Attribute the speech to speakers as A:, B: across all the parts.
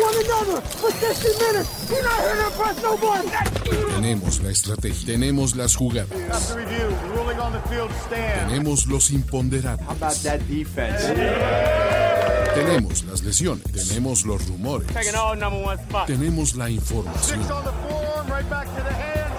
A: one another for 60 minutes. You're not here to impress nobody.
B: Tenemos la estrategia, tenemos las jugadas,
C: After review, the ruling on the field stands.
B: tenemos los imponderables,
D: about that defense.
B: tenemos las lesiones, tenemos los rumores,
C: Taking all number one spot.
B: tenemos la información,
C: Six on the form, right back to the hand.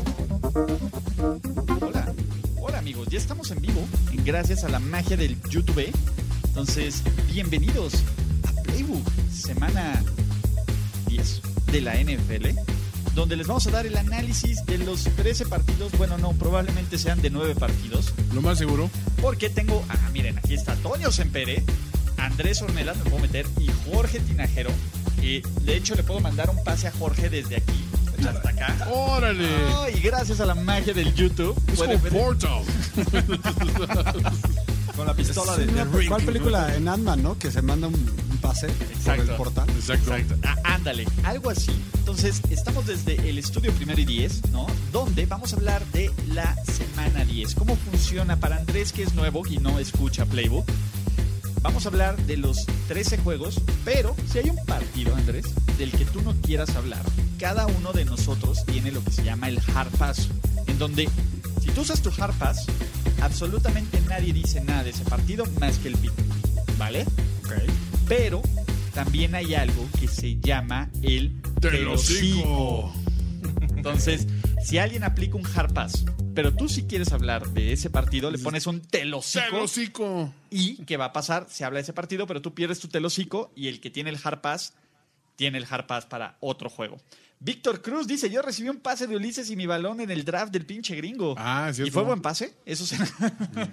E: Hola, hola amigos, ya estamos en vivo gracias a la magia del YouTube. Entonces, bienvenidos a Playbook, semana 10 de la NFL, donde les vamos a dar el análisis de los 13 partidos, bueno, no, probablemente sean de 9 partidos,
B: Lo más seguro.
E: porque tengo, ah, miren, aquí está Antonio Sempere, Andrés Ornelas, me puedo meter, y Jorge Tinajero. Eh, de hecho, le puedo mandar un pase a Jorge desde aquí hasta acá.
B: ¡Órale!
E: Oh, y gracias a la magia del YouTube, puede ver con la pistola de, de Rick.
F: ¿Cuál película? En Ant-Man, ¿no? Que se manda un, un pase por
E: Exacto.
F: el portal.
B: Exacto.
E: Ah, ándale, algo así. Entonces, estamos desde el estudio primero y 10, ¿no? Donde vamos a hablar de la semana 10. ¿Cómo funciona para Andrés que es nuevo y no escucha Playbook? Vamos a hablar de los 13 juegos, pero si hay un partido, Andrés, del que tú no quieras hablar, cada uno de nosotros tiene lo que se llama el hard pass, en donde si tú usas tu hard pass, absolutamente nadie dice nada de ese partido más que el pick, ¿vale? Pero también hay algo que se llama el telocico. Entonces, si alguien aplica un hard pass, pero tú si quieres hablar de ese partido, le pones un telocico.
B: ¡Telocico!
E: ¿Y qué va a pasar? Se habla de ese partido, pero tú pierdes tu telocico y el que tiene el hard pass tiene el hard pass para otro juego. Víctor Cruz dice, yo recibí un pase de Ulises y mi balón en el draft del pinche gringo.
B: Ah, es cierto.
E: ¿Y fue buen pase? Eso se-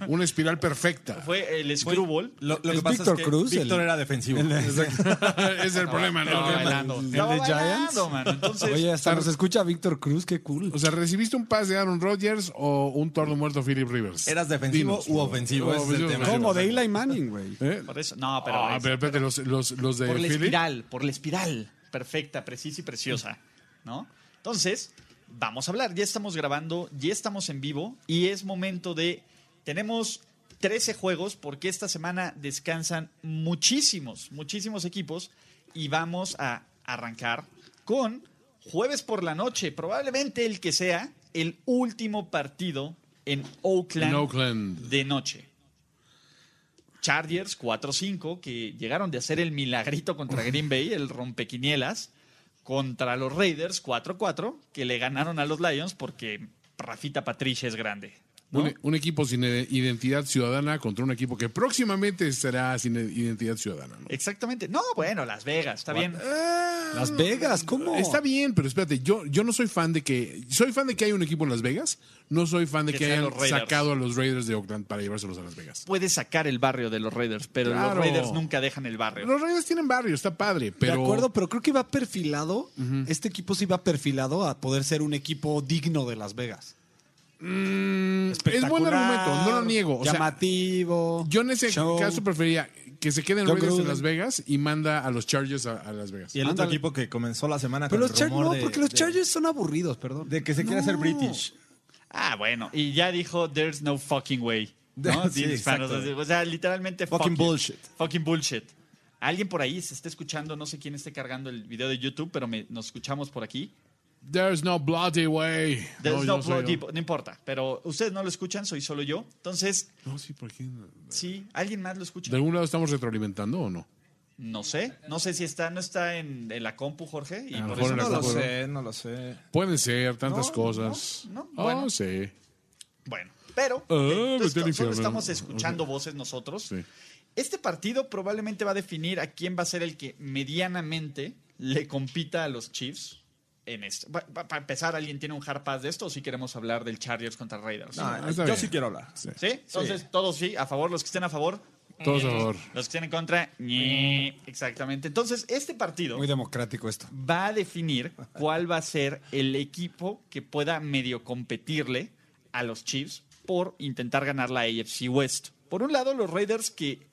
B: Una espiral perfecta.
E: fue el screwball.
G: Lo, lo que
F: ¿Es
G: pasa
F: Víctor
G: es que
F: Cruz,
G: Víctor
F: el-
G: era defensivo.
B: Ese es el problema, ¿no?
E: Estaba bailando. Estaba
F: de
E: bailando,
F: Giants?
E: mano. Entonces,
F: Oye, hasta nos escucha Víctor Cruz, qué cool.
B: O sea, ¿recibiste un pase de Aaron Rodgers o un torno muerto Philip Rivers?
G: ¿Eras defensivo
B: Dinos,
G: u
B: por
G: ofensivo?
B: favor.
G: Ese es el tema.
F: Como de Eli Manning, güey.
B: ¿Eh?
E: por eso- no, pero...
B: Ah,
E: es-
B: pero espérate, los, los, los de
E: por la
B: Philip.
E: espiral, por la espiral. Perfecta, precisa y preciosa, ¿no? Entonces, vamos a hablar. Ya estamos grabando, ya estamos en vivo y es momento de... Tenemos 13 juegos porque esta semana descansan muchísimos, muchísimos equipos y vamos a arrancar con jueves por la noche, probablemente el que sea el último partido en Oakland,
B: En Oakland.
E: de noche. Chargers 4-5, que llegaron de hacer el milagrito contra Green Bay, el rompequinielas, contra los Raiders 4-4, que le ganaron a los Lions porque Rafita Patricia es grande. ¿no?
B: Un, un equipo sin eh, identidad ciudadana contra un equipo que próximamente será sin eh, identidad ciudadana. ¿no?
E: Exactamente. No, bueno, Las Vegas, está bien.
F: Las Vegas, ¿cómo?
B: Está bien, pero espérate, yo, yo no soy fan de que. Soy fan de que haya un equipo en Las Vegas. No soy fan de
E: Que
B: que,
E: sean
B: hayan
E: los Raiders.
B: sacado a los Raiders de Oakland para llevárselos a Las Vegas.
E: Puede sacar el barrio de los Raiders, pero
B: Claro.
E: los Raiders nunca dejan el barrio.
B: Los Raiders tienen barrio, está padre, pero.
F: De acuerdo, pero creo que va perfilado. Este equipo sí va perfilado a poder ser un equipo digno de Las Vegas.
B: mm, es buen argumento, no lo niego. O sea,
F: llamativo.
B: yo en ese
F: show.
B: caso preferiría que se queden
F: Joe
B: Raiders en
F: Gruden.
B: Las Vegas y manda a los Chargers a, a Las Vegas.
G: Y el otro
F: Ándale.
G: equipo que comenzó la semana
F: Pero
G: con
F: los
G: el
F: Chargers,
G: rumor
F: no,
G: de-
F: porque los
G: de-
F: Chargers son aburridos, perdón.
G: De que se quiere hacer British.
E: Ah, bueno. Y ya dijo, there's no fucking way. ¿no?
G: Sí,
E: Sin hispanos.
G: exacto.
E: O sea, literalmente
G: Fucking bullshit.
E: Fucking bullshit. Alguien por ahí se está escuchando, no sé quién esté cargando el video de YouTube, pero me- nos escuchamos por aquí.
B: There's no bloody way.
E: There's
B: yo
E: no,
B: soy
E: bloody-
B: yo.
E: no importa, pero ustedes no lo escuchan, soy solo yo. Entonces,
B: No, sí, por aquí.
E: sí, alguien más lo
B: ¿De
E: escucha.
B: algún lado estamos retroalimentando o no?
E: No sé, no sé si está, no está en, en la compu, Jorge. Y
B: A lo
E: por
B: mejor
E: eso
B: en la
G: No
E: no
G: lo
E: lo-
B: compu.
G: sé, no lo sé.
B: Pueden ser tantas
E: No,
B: cosas.
E: no, no,
B: Oh,
E: bueno.
B: sí.
E: Bueno, pero
B: Ah,
E: entonces,
B: vete al
E: solo
B: infierno.
E: estamos escuchando voces nosotros.
B: Sí.
E: Este partido probablemente va a definir a quién va a ser el que medianamente le compita a los Chiefs. En esto. Pa- pa- Para empezar, ¿alguien tiene un hard pass de esto o si queremos hablar del Chargers contra Raiders?
G: No,
B: está
G: yo
B: bien.
G: sí quiero hablar.
E: ¿Sí? Entonces, todos sí, a favor, los que estén a favor,
B: Todos a favor.
E: Los que estén en contra, ñe. exactamente. Entonces, este partido
F: Muy democrático esto.
E: va a definir cuál va a ser el equipo que pueda medio competirle a los Chiefs por intentar ganar la AFC West. Por un lado, los Raiders que...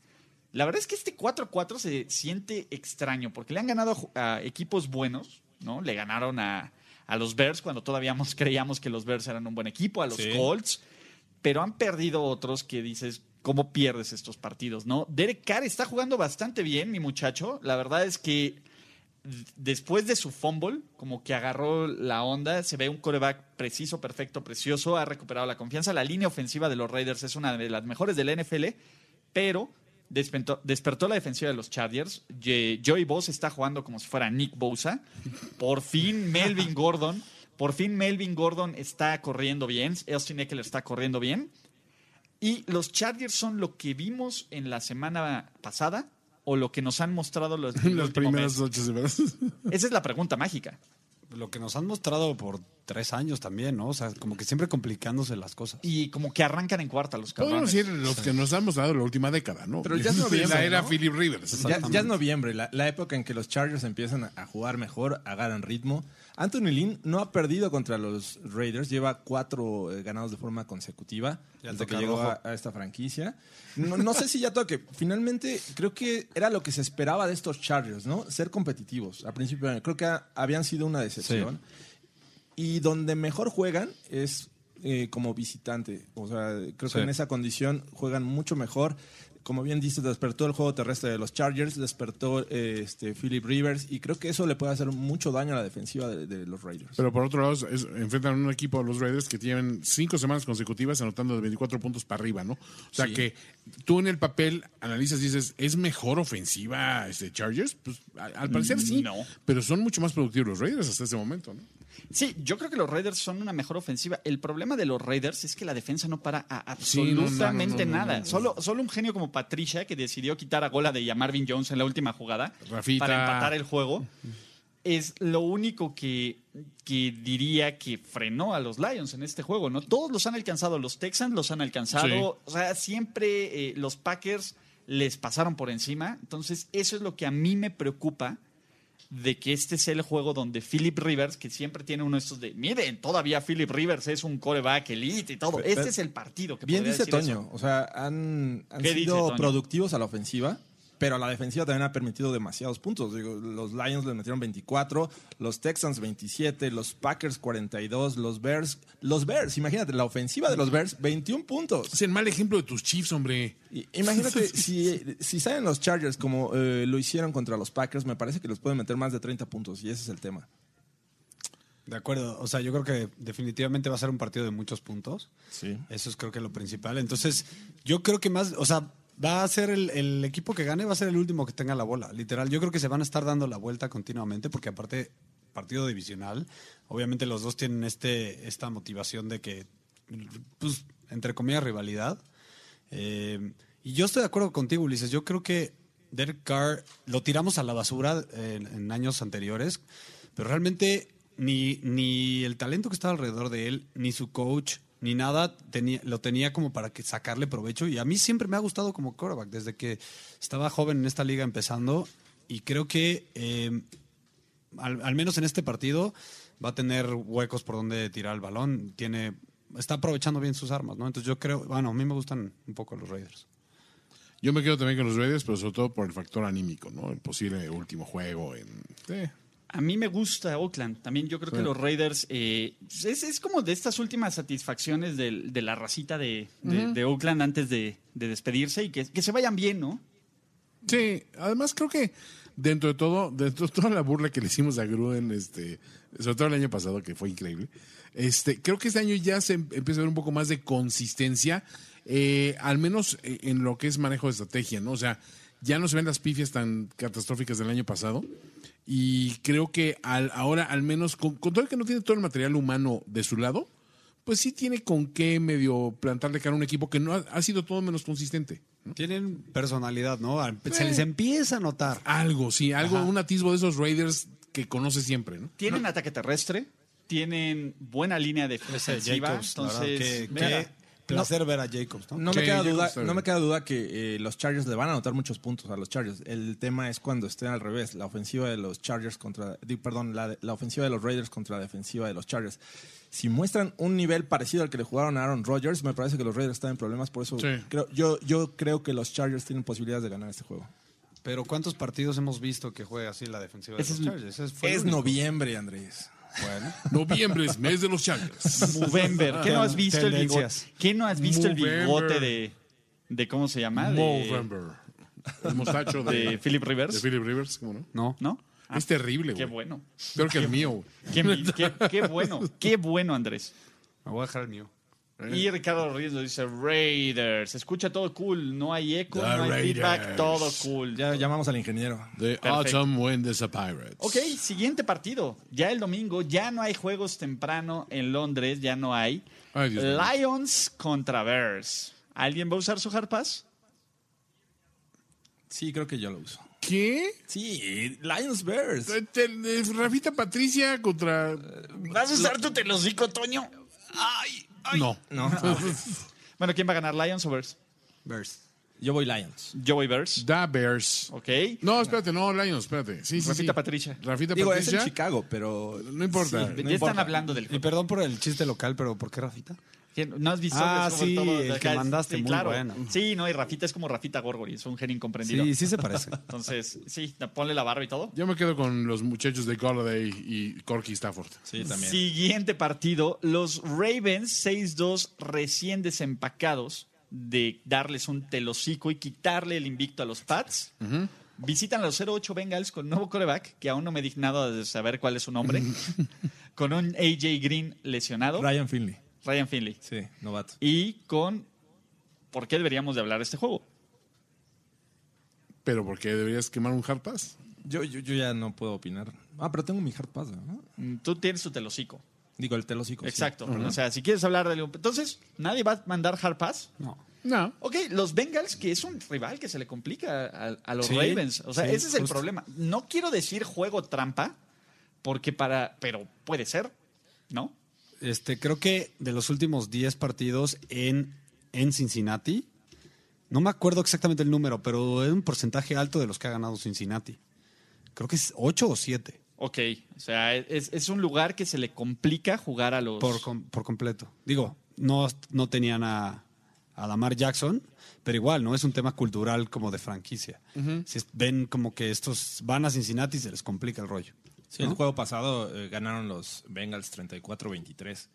E: La verdad es que este 4-4 se siente extraño porque le han ganado a ju- a, equipos buenos, ¿no? Le ganaron a, a los Bears cuando todavía mos- creíamos que los Bears eran un buen equipo, a los
G: Sí.
E: Colts, pero han perdido otros que dices, ¿cómo pierdes estos partidos, no? Derek Carr está jugando bastante bien, mi muchacho. La verdad es que después de su fumble, como que agarró la onda, se ve un coreback preciso, perfecto, precioso, ha recuperado la confianza. La línea ofensiva de los Raiders es una de las mejores del NFL, pero despertó, despertó la defensiva de los Chargers. Ye- Joey Boss está jugando como si fuera Nick Bosa. Por fin Melvin Gordon, por fin Melvin Gordon está corriendo bien, Austin Eckler está corriendo bien. Y los Chargers son lo que vimos en la semana pasada o lo que nos han mostrado los, el
B: Las
E: último
B: primeras
E: mes?
B: ocho semanas.
E: Esa es la pregunta mágica.
F: Lo que nos han mostrado por tres años también, ¿no? O sea, como que siempre complicándose las cosas.
E: Y como que arrancan en cuarta los
B: Podemos
E: cabrones.
B: decir los que nos han mostrado la última década, ¿no?
G: Pero ya es noviembre,
B: La era
G: ¿no?
B: Philip Rivers.
G: Ya, ya es noviembre, la, la época en que los Chargers empiezan a jugar mejor, agarran ritmo. Anthony Lynn no ha perdido contra los Raiders, lleva cuatro eh, ganados de forma consecutiva
F: Ya
G: desde que
F: toca
G: llegó a,
F: rojo.
G: a esta franquicia. No, no sé si ya toque. Finalmente, creo que era lo que se esperaba de estos Chargers, ¿no? Ser competitivos. Al principio, creo que ha- habían sido una decepción. Y donde mejor juegan es eh, como visitante. O sea, creo
F: Sí.
G: que en esa condición juegan mucho mejor. Como bien dices, despertó el juego terrestre de los Chargers, despertó eh, este, Philip Rivers y creo que eso le puede hacer mucho daño a la defensiva de, de los Raiders.
B: Pero por otro lado, es- enfrentan a un equipo de los Raiders que tienen cinco semanas consecutivas anotando de 24 puntos para arriba, ¿no? O sea que tú en el papel analizas y dices, ¿es mejor ofensiva este Chargers? Pues a- al parecer sí.
E: No.
B: Pero son mucho más productivos los Raiders hasta ese momento, ¿no?
E: Sí, yo creo que los Raiders son una mejor ofensiva. El problema de los Raiders es que la defensa no para a
B: Sí, no, no,
E: absolutamente
B: no, no, no,
E: nada.
B: no.
E: Solo, solo un genio como Patricia, que decidió quitar a gola de Yamarvin Jones en la última jugada
B: Rafita.
E: para empatar el juego, es lo único que, que diría que frenó a los Lions en este juego. ¿no? Todos los han alcanzado, los Texans los han alcanzado.
B: Sí.
E: O sea, siempre eh, los Packers les pasaron por encima. Entonces, eso es lo que a mí me preocupa de que este sea el juego donde Philip Rivers, que siempre tiene uno de estos de, miren, todavía Philip Rivers es un coreback elite y todo. Este
G: pero-
E: es el partido que
G: Bien
E: podría
G: dice
E: decir eso.
G: Toño, o sea, han, han
E: ¿Qué dice
G: sido
E: Toño?
G: productivos a la ofensiva, pero la defensiva también ha permitido demasiados puntos. Digo, los Lions les metieron 24, los Texans 27, los Packers 42, los Bears, los Bears, imagínate, la ofensiva de los Bears 21 puntos.
B: Es el mal ejemplo de tus Chiefs, hombre.
G: Y- Imagínate, si, si salen los Chargers como eh, lo hicieron contra los Packers, me parece que los pueden meter más de 30 puntos y ese es el tema.
F: De acuerdo, o sea, yo creo que definitivamente va a ser un partido de muchos puntos.
G: Sí.
F: Eso es creo que lo principal. Entonces, yo creo que más, o sea, va a ser el, el equipo que gane, va a ser el último que tenga la bola, literal. Yo creo que se van a estar dando la vuelta continuamente porque aparte, partido divisional, obviamente los dos tienen este, esta motivación de que, pues, entre comillas, rivalidad. Eh, y yo estoy de acuerdo contigo, Ulises. Yo creo que Derek Carr lo tiramos a la basura en, en años anteriores, pero realmente ni, ni el talento que estaba alrededor de él, ni su coach, ni nada tenía, lo tenía como para que sacarle provecho. Y a mí siempre me ha gustado como quarterback, desde que estaba joven en esta liga empezando. Y creo que eh, al, al menos en este partido, va a tener huecos por donde tirar el balón. Tiene, está aprovechando bien sus armas, ¿no? Entonces yo creo, bueno, a mí me gustan un poco los Raiders.
B: Yo me quedo también con los Raiders, pero sobre todo por el factor anímico, ¿no? El posible último juego en... Eh,
E: A mí me gusta Oakland. También yo creo que los Raiders eh, es, es como de estas últimas satisfacciones del- de, la racita de, de- de Oakland antes de, de despedirse y que, que se vayan bien, ¿no?
B: Sí, además creo que dentro de todo, dentro de toda la burla que le hicimos a Gruden, este, sobre todo el año pasado, que fue increíble, este, creo que este año ya se em- empieza a ver un poco más de consistencia, eh, al menos eh, en lo que es manejo de estrategia, ¿no? O sea, ya no se ven las pifias tan catastróficas del año pasado. Y creo que al, ahora, al menos, con, con todo el que no tiene todo el material humano de su lado, pues sí tiene con qué medio plantarle cara a un equipo que no ha- ha sido todo menos consistente.
F: Tienen personalidad, ¿no? Al- Se les empieza a notar.
B: Algo, sí, algo, un atisbo de esos Raiders que conoce siempre, ¿no?
E: Tienen ataque terrestre, tienen buena línea de defensiva.
F: Jacobs, la verdad,
E: entonces,
F: que-
E: mira,
F: que- placer ver a Jacobs, ¿no?
G: No me,
H: Sí,
G: queda
H: yo
G: duda,
H: creo que
G: no me queda duda que eh, los Chargers le van a anotar muchos puntos a los Chargers. El tema es cuando estén al revés, la ofensiva de los Chargers contra, di- perdón, la, de- la ofensiva de los Raiders contra la defensiva de los Chargers. Si muestran un nivel parecido al que le jugaron a Aaron Rodgers, me parece que los Raiders están en problemas, por eso
H: Sí.
G: creo, yo, yo creo que los Chargers tienen posibilidades de ganar este juego.
F: Pero ¿cuántos partidos hemos visto que juega así la defensiva
E: Ese es-
F: de los Chargers? Ese fue el
G: Es
F: único.
G: noviembre, Andrés.
F: Bueno.
H: Noviembre es mes de los Chargers.
E: Movember. ¿Qué no has visto el bigote?
F: Tendencias.
E: ¿Qué no has visto el bigote
H: Movember.
E: de, de cómo se llama? De,
H: Movember. El mostacho de,
E: de Philip Rivers.
H: de Philip Rivers, ¿cómo no?
F: No.
E: ¿No? Ah,
H: es terrible,
E: Qué
H: güey.
E: bueno.
H: Peor que el mío.
E: Qué, qué- qué bueno. Qué bueno, Andrés.
F: Me voy a dejar el mío.
H: Eh.
E: Y Ricardo Rodríguez nos dice Raiders. Escucha todo cool. No hay eco,
H: The
E: no hay feedback.
H: Raiders.
E: Todo cool.
G: Ya llamamos al ingeniero.
H: The
E: Perfecto.
H: Autumn Wind is a Pirate.
E: Ok, siguiente partido. Ya el domingo, ya no hay juegos temprano en Londres, ya no hay.
H: Ay, Dios mío.
E: Lions contra Bears. ¿Alguien va a usar su hard pass?
G: Sí, creo que yo lo uso.
H: ¿Qué?
G: Sí, Lions Bears.
H: Te- te- Rafita Patricia contra.
E: ¿Vas a usar tu telocico, Toño?
H: No.
G: No, Ah,
E: Bueno, ¿quién va a ganar, Lions o Bears?
F: Bears.
G: yo voy Lions.
E: Yo voy Bears.
H: Da Bears.
E: Ok.
H: No, espérate, no, Lions, espérate. Sí, sí,
E: Rafita
H: sí.
E: Patricia.
H: Rafita
G: Digo, es en
H: Patricia.
G: Chicago, pero
H: no importa.
E: ya están
G: importa.
E: hablando del
F: Y
E: juego.
F: perdón por el chiste local, pero ¿por qué Rafita?
E: ¿Quién? ¿No has visto?
F: Ah,
E: Es como
F: sí,
E: todo de
F: el
E: acá.
F: que mandaste,
E: Sí,
F: muy
E: claro.
F: bueno.
E: Sí, no, y Rafita es como Rafita Gorgori, es un genio incomprendido.
F: Sí, sí se parece.
E: Entonces, sí, ponle la barba y todo.
H: Yo me quedo con los muchachos de Golladay y Corky Stafford.
G: Sí, también.
E: Siguiente partido, los Ravens 6-2 recién desempacados de darles un telocico y quitarle el invicto a los Pats. Visitan a los 08 Bengals con nuevo coreback, que aún no me he dignado de saber cuál es su nombre, con un AJ Green lesionado,
G: Ryan Finley.
E: Ryan Finley,
G: Sí, novato.
E: y con... ¿Por qué deberíamos de hablar de este juego?
H: Pero ¿por qué deberías quemar un hard pass?
G: Yo, yo, yo ya no puedo opinar. Ah, pero tengo mi hard pass, ¿no?
E: Mm, Tú tienes tu telocico.
G: Digo, el telocico. Pues sí.
E: Exacto. O sea, si quieres hablar de... algo- Entonces, ¿nadie va a mandar hard pass?
F: No.
H: No.
E: Ok, los Bengals, que es un rival que se le complica a, a los
G: Sí,
E: Ravens. O sea,
G: sí,
E: ese es el
G: justo.
E: problema. No quiero decir juego trampa, porque para. Pero puede ser, ¿no?
F: Este, creo que de los últimos 10 partidos en, en Cincinnati, no me acuerdo exactamente el número, pero es un porcentaje alto de los que ha ganado Cincinnati. Creo que es 8 o 7
E: Ok, o sea, es, es un lugar que se le complica jugar a los.
F: por, com- por completo. Digo, no, no tenían a, a Lamar Jackson, pero igual, ¿no? Es un tema cultural como de franquicia. Si es- ven como que estos van a Cincinnati y se les complica el rollo.
G: Sí, el juego pasado eh, ganaron los Bengals 34-23.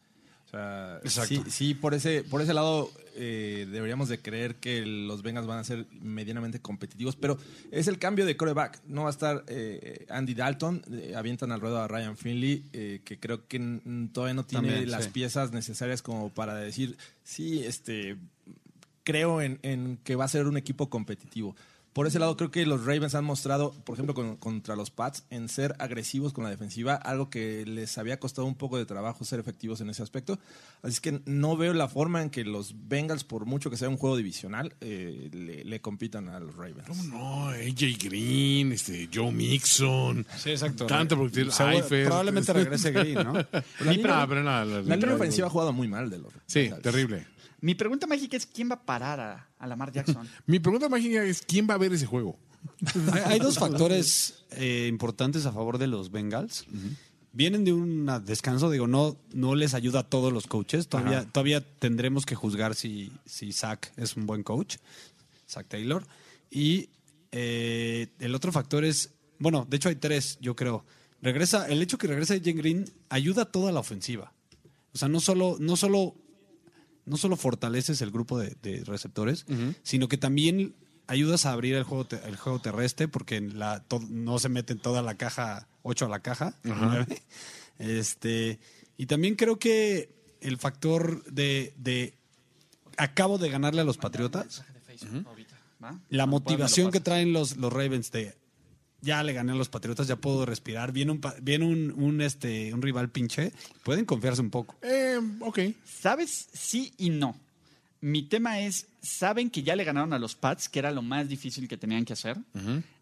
G: O sea,
F: Exacto.
G: sí, sí, por ese, por ese lado eh, deberíamos de creer que los Bengals van a ser medianamente competitivos, pero es el cambio de coreback. No va a estar eh, Andy Dalton, eh, avientan al ruedo a Ryan Finley, eh, que creo que mm, todavía no tiene
F: También,
G: las
F: sí.
G: piezas necesarias como para decir, sí, este, creo en, en que va a ser un equipo competitivo. Por ese lado, creo que los Ravens han mostrado, por ejemplo, con- contra los Pats, en ser agresivos con la defensiva, algo que les había costado un poco de trabajo ser efectivos en ese aspecto. Así es que no veo la forma en que los Bengals, por mucho que sea un juego divisional, eh, le, le compitan a los Ravens.
H: No, AJ Green, este, Joe Mixon.
F: Sí, exacto.
H: Tanta productividad. Seifert.
F: Probablemente regrese Green, ¿no?
H: La línea- Ah, pero no, la-
G: La línea
H: la-
G: ofensiva ha jugado muy mal de los
H: Sí,
G: Bengals.
H: terrible.
E: Mi pregunta mágica es: ¿quién va a parar a, a Lamar Jackson?
H: Mi pregunta mágica es: ¿quién va a ver ese juego?
F: Hay, hay dos factores eh, importantes a favor de los Bengals. Vienen de un descanso, digo, no, no les ayuda a todos los coaches. Todavía, todavía tendremos que juzgar si, si Zach es un buen coach, Zach Taylor. Y eh, el otro factor es, bueno, de hecho hay tres, yo creo. Regresa, el hecho que regresa Jen Green ayuda a toda la ofensiva. O sea, no solo, no solo no solo fortaleces el grupo de, de receptores, sino que también ayudas a abrir el juego, te- el juego terrestre porque en la, to- no se meten toda la caja, 8 a la caja, nueve. Este, y también creo que el factor de, de acabo de ganarle a los Patriotas, la motivación que traen los, los Ravens de ya le gané a los Patriotas, ya puedo respirar, viene un, pa- viene un, un, este, un rival pinche, pueden confiarse un poco.
H: Eh, ok.
E: Sabes, sí y no. Mi tema es, saben que ya le ganaron a los Pats, que era lo más difícil que tenían que hacer.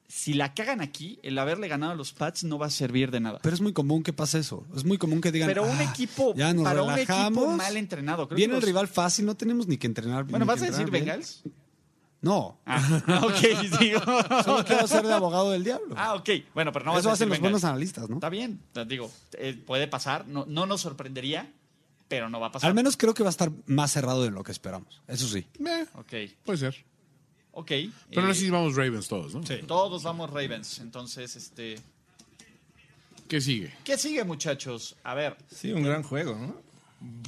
E: si la cagan aquí, el haberle ganado a los Pats no va a servir de nada.
F: Pero es muy común que pase eso. Es muy común que digan.
E: Pero un
F: "Ah,
E: equipo-
F: ya nos
E: para un equipo
F: relajamos.
E: mal entrenado, creo que
F: Viene
E: los-
F: el rival fácil, no tenemos ni que entrenar.
E: Bueno,
F: ni
E: ¿vas
F: que
E: a decir
F: entrenar bien".
E: Bengals?
F: No.
E: Ah, ok, digo.
F: Solo quiero ser de abogado del diablo.
E: Ah, ok. Bueno, pero no vas
F: eso
E: a
F: hacen
E: decir
F: los
E: Bengals.
F: buenos analistas, ¿no?
E: Está bien, te digo, eh, puede pasar, no, no nos sorprendería, pero no va a pasar.
F: Al menos creo que va a estar más cerrado de lo que esperamos. Eso sí.
B: Eh,
E: Ok,
B: puede ser.
E: ok.
B: Pero
E: eh,
B: ahora sí vamos Ravens todos, ¿no?
E: Todos vamos Ravens, entonces, este...
B: ¿Qué sigue?
E: ¿Qué sigue, muchachos? A ver,
G: Sí, un gran juego, ¿no?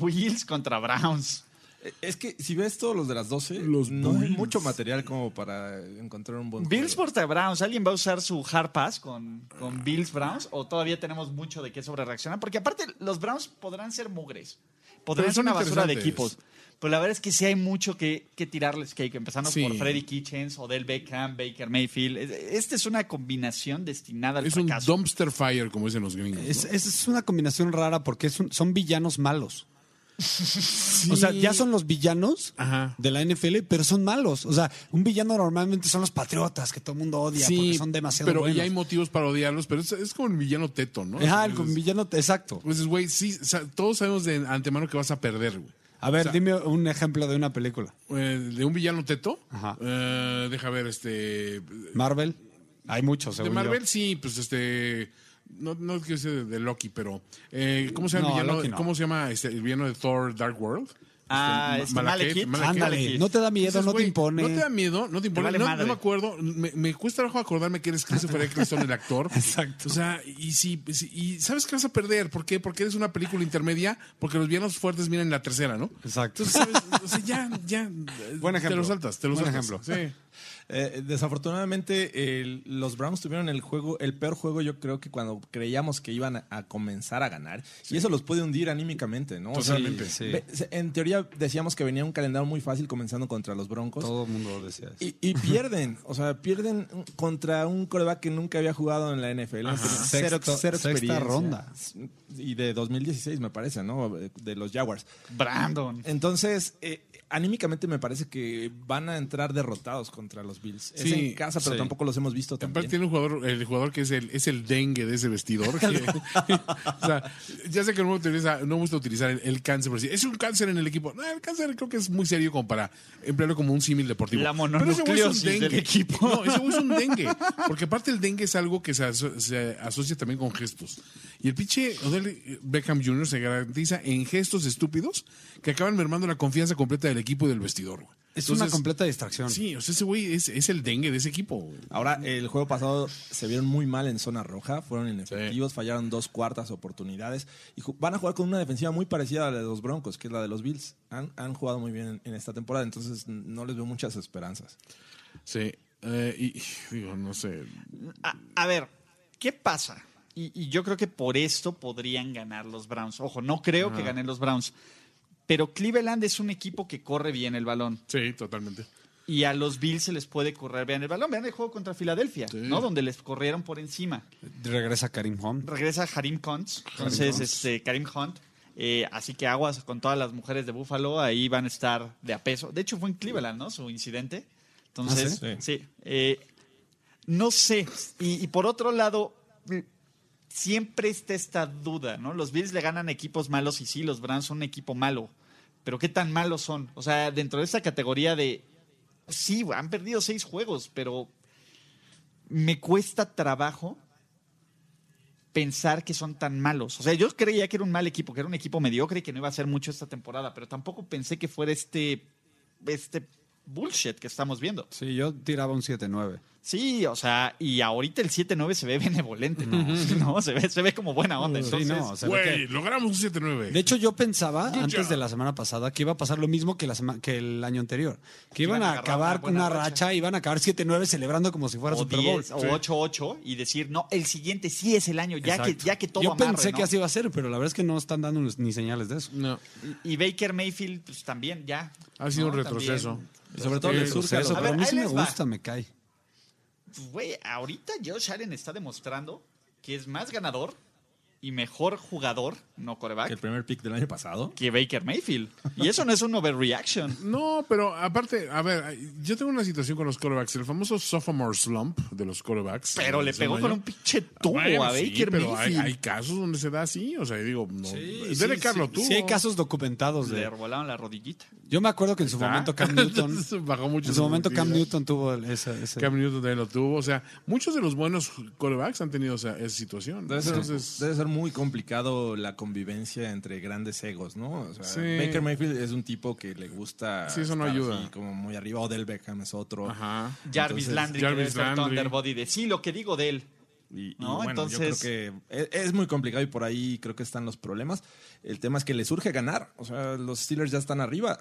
E: Bills contra Browns.
G: Eh, Es que si ves todos los de las 12,
B: Los
G: no hay
B: Bulls.
G: mucho material como para encontrar un buen
E: Bills
G: juego.
E: contra Browns, ¿alguien va a usar su hard pass con, con Bills Browns? ¿O todavía tenemos mucho de qué sobre reaccionar? Porque aparte, los Browns podrán ser mugres, podrán
B: Pero
E: ser
B: son
E: una basura de
B: interesantes.
E: equipos. Pero la verdad es que sí hay mucho que, que tirarles cake, empezando
B: Sí.
E: por Freddy Kitchens, Odell Beckham, Baker Mayfield. Es- Esta es una combinación destinada al
B: Es un
E: fracaso.
B: dumpster fire, como dicen los gringos. ¿no?
F: Es, es- es una combinación rara porque es un- son villanos malos. O sea, ya son los villanos
B: Ajá.
F: de la NFL, pero son malos. O sea, un villano normalmente son los patriotas que todo el mundo odia porque son demasiado
B: pero
F: buenos.
B: ya hay motivos para odiarlos, pero es, es como el villano teto, ¿no?
F: Ajá, el con villano, exacto.
B: Pues, güey, sí, o sea, todos sabemos de antemano que vas a perder, güey.
F: A ver, dime un ejemplo de una película.
B: Eh, de un villano teto,
F: Ajá.
B: eh, deja ver, este.
F: Marvel. Hay muchos,
B: De
F: según yo.
B: Marvel, sí, pues este. No, no quiero decir de, de Loki, pero. eh, ¿Cómo se llama,
F: No,
B: el, villano,
F: Loki no.
B: ¿cómo se llama este, el villano de Thor Dark World?
E: Ah,
B: Este,
E: este,
B: Ma-
E: Malekith.
F: Ándale,
E: Malekith.
F: no te da miedo,
B: Dices,
F: no te
B: güey,
F: impone.
B: No te da miedo, no te impone.
E: vale
B: no,
E: madre.
B: no me acuerdo. Me, me cuesta trabajo acordarme que eres Christopher Eccleston, el actor.
F: Exacto.
B: O sea, y si, si- y sabes que vas a perder. ¿Por qué? Porque eres una película intermedia, porque los villanos fuertes vienen la tercera, ¿no?
F: Exacto.
B: Entonces, ¿sabes? O sea, ya, ya.
F: Buen
B: Te
F: ejemplo.
B: lo saltas, te lo
F: Buen
B: saltas.
F: ejemplo.
B: Sí.
G: Eh, desafortunadamente, el- los Browns tuvieron el juego, el peor juego, yo creo que cuando creíamos que iban a, a comenzar a ganar. Y eso los puede hundir anímicamente, ¿no? O sea,
B: Totalmente.
F: Sí.
G: ve- se- en teoría decíamos que venía un calendario muy fácil comenzando contra los Broncos.
F: Todo el mundo decía eso.
G: Y, y pierden, o sea, pierden contra un coreback que nunca había jugado en la NFL. Cero,
F: Sexto-
G: cero
F: sexta
G: experiencia.
F: ronda.
G: Y de 2016, me parece, ¿no? De los Jaguars.
E: Brandon.
G: Entonces, eh, anímicamente me parece que van a entrar derrotados contra los Bills. es
B: Sí,
G: en casa, pero
F: sí.
G: tampoco los hemos visto tan
B: Aparte tiene un jugador, el jugador que es el, es el dengue de ese vestidor. que- o sea, ya sé que no me, utiliza- no me gusta utilizar el, el cáncer, pero sí, es un cáncer en el equipo. No, el cáncer creo que es muy serio como para emplearlo como un símil deportivo.
E: La
B: Pero ese güey es un
E: mononucleosis del
B: dengue.
E: equipo.
B: No, ese güey es un dengue. Porque aparte el dengue es algo que se, aso- se asocia también con gestos. Y el pinche Odell eh, Beckham Jr. se garantiza en gestos estúpidos que acaban mermando la confianza completa del equipo y del vestidor. güey.
F: Es una
B: Entonces,
F: completa distracción.
B: Sí, o sea, ese güey es, es el dengue de ese equipo. güey.
G: Ahora, el juego pasado se vieron muy mal en zona roja, fueron inefectivos, fallaron dos cuartas oportunidades y ju- van a jugar con una defensiva muy parecida a la de los Broncos, que es la de los Bills. Han, han jugado muy bien en, en esta temporada, entonces n- no les veo muchas esperanzas.
B: Sí. eh, y digo, no sé.
E: A, a ver, ¿qué pasa? Y, y yo creo que por esto podrían ganar los Browns. Ojo, no creo que ganen los Browns. Pero Cleveland es un equipo que corre bien el balón.
B: Sí, totalmente.
E: Y a los Bills se les puede correr bien el balón. Vean el juego contra Filadelfia, ¿no? Donde les corrieron por encima.
F: Regresa Karim Home.
E: Regresa Harim Hunt. Entonces, este, Karim Hunt. eh, así que aguas con todas las mujeres de Buffalo. Ahí van a estar de a peso. De hecho, fue en Cleveland, ¿no? Su incidente. Entonces,
G: ¿Ah,
E: sí. eh, no sé. Y, y por otro lado, mm, siempre está esta duda, ¿no? Los Bills le ganan equipos malos y sí, los Browns son un equipo malo. Pero qué tan malos son. O sea, dentro de esta categoría de. Sí, han perdido seis juegos, pero me cuesta trabajo pensar que son tan malos. O sea, yo creía que era un mal equipo, que era un equipo mediocre y que no iba a hacer mucho esta temporada, pero tampoco pensé que fuera este, este bullshit que estamos viendo.
F: Sí, yo tiraba un 7-9.
E: Sí, o sea, y ahorita el 7-9 se ve benevolente, ¿no? No, se, ve, se ve como buena onda.
F: Sí,
E: Entonces,
F: no, o sea, ve
B: Güey,
F: que-
B: logramos un 7-9.
F: De hecho, yo pensaba antes de la semana pasada que iba a pasar lo mismo que, la sema- que el año anterior. Que iban, a
E: agarrar
F: acabar
E: una
F: con una
E: buena
F: racha, iban a acabar 7-9 celebrando como si fuera
E: o
F: Super Bowl.
E: 10 o 8-8 y decir, no, el siguiente sí es el año, ya, que,
F: Exacto.
E: ya que todo
F: Yo
E: amarre,
F: pensé
E: ¿no?
F: que así iba a ser, pero la verdad es que no están dando ni señales de eso.
B: no.
E: Y Baker Mayfield, pues también, ya.
B: Ha sido
E: ¿no?
B: un retroceso.
E: También.
G: Y sobre todo
H: Eh,
B: Sí,
G: les surge a los
F: Eso,
E: A
F: pero
E: ver,
F: a mí
E: ahí
F: sí me
E: les va.
F: gusta, me cae.
E: Pues, güey, ahorita Josh Allen está demostrando que es más ganador y mejor jugador, no
G: El
E: coreback,
G: primer pick del año pasado.
E: que Baker Mayfield. Y eso no es un overreaction.
H: No, pero aparte, a ver, yo tengo una situación con los corebacks, el famoso sophomore slump de los corebacks.
E: Pero le
H: Es
E: pegó
H: año.
E: con un pinche tubo
H: Bueno,
E: a Baker
H: sí, pero hay,
E: Mayfield.
H: hay casos donde se da así, o sea, digo, no.
F: Sí,
H: Dele
F: sí,
H: Carlos
F: sí.
H: tú.
F: Sí, hay casos documentados
E: Le
F: de.
E: arbolaron la rodillita.
F: Yo me acuerdo que en su
H: ¿Ah?
F: momento Cam Newton.
H: Bajó mucho
F: En su momento Cam
H: productividad.
F: Newton tuvo el- ese. ese-
H: Cam Newton también lo tuvo. O sea, muchos de los buenos corebacks han tenido esa, esa situación.
G: Debe ser,
H: Entonces,
G: debe ser muy complicado la convivencia entre grandes egos, ¿no? O sea,
H: Sí.
G: Baker Mayfield es un tipo que le gusta.
H: Sí, eso no
G: estar
H: ayuda.
G: así como muy arriba. Odell Beckham es otro.
H: ajá.
E: Jarvis
G: Entonces,
E: Landry,
H: Jarvis
E: que debe ser
H: Landry.
E: Thunderbody de sí, lo que digo de él.
G: Y, y
E: No,
G: bueno,
E: entonces-
G: yo creo que es, es muy complicado y por ahí creo que están los problemas. El tema es que les surge ganar. O sea, los Steelers ya están arriba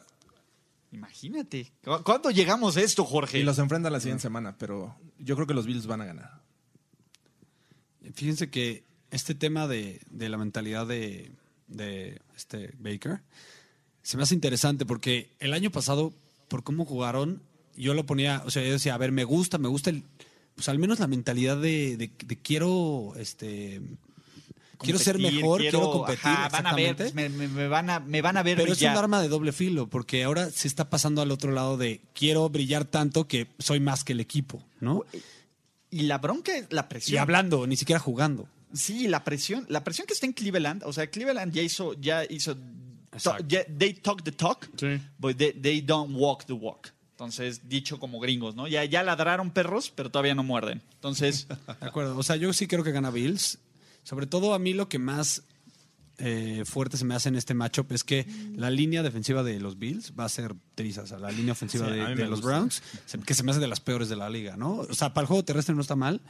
E: Imagínate. ¿Cu- ¿Cuándo llegamos a esto, Jorge?
G: y los enfrentan la siguiente semana, pero yo creo que los Bills van a ganar.
F: Fíjense que este tema de, de la mentalidad de, de este Baker se me hace interesante porque el año pasado, por cómo jugaron, yo lo ponía, o sea, yo decía, a ver, me gusta, me gusta el, pues al menos la mentalidad de, de- de quiero, este, quiero ser
E: Competir,
F: mejor, quiero, competir.
E: ajá, van a ver, pues,
F: exactamente.
E: me, me- me van a, me van a ver
F: Pero es
E: brillar.
F: un arma de doble filo, porque ahora se está pasando al otro lado de quiero brillar tanto que soy más que el equipo, ¿no?
E: Y la bronca es la
F: Y
E: presión.
F: hablando, ni siquiera jugando.
E: Sí, la presión, la presión que está en Cleveland, o sea, Cleveland ya hizo, ya hizo, to- ya- they talk the talk,
H: Sí.
E: but they, they don't walk the walk. Entonces, dicho como gringos, ¿no? Ya, ya ladraron perros, pero todavía no muerden. Entonces,
F: De acuerdo. O sea, yo sí creo que gana Bills. Sobre todo a mí lo que más eh, fuerte se me hace en este matchup es que la línea defensiva de los Bills va a ser trizas. O sea, la línea ofensiva
G: Sí, a mí
F: de, de
G: me
F: los
G: gusta.
F: Browns, se- que se me hace de las peores de la liga, ¿no? O sea, para el juego terrestre no está mal.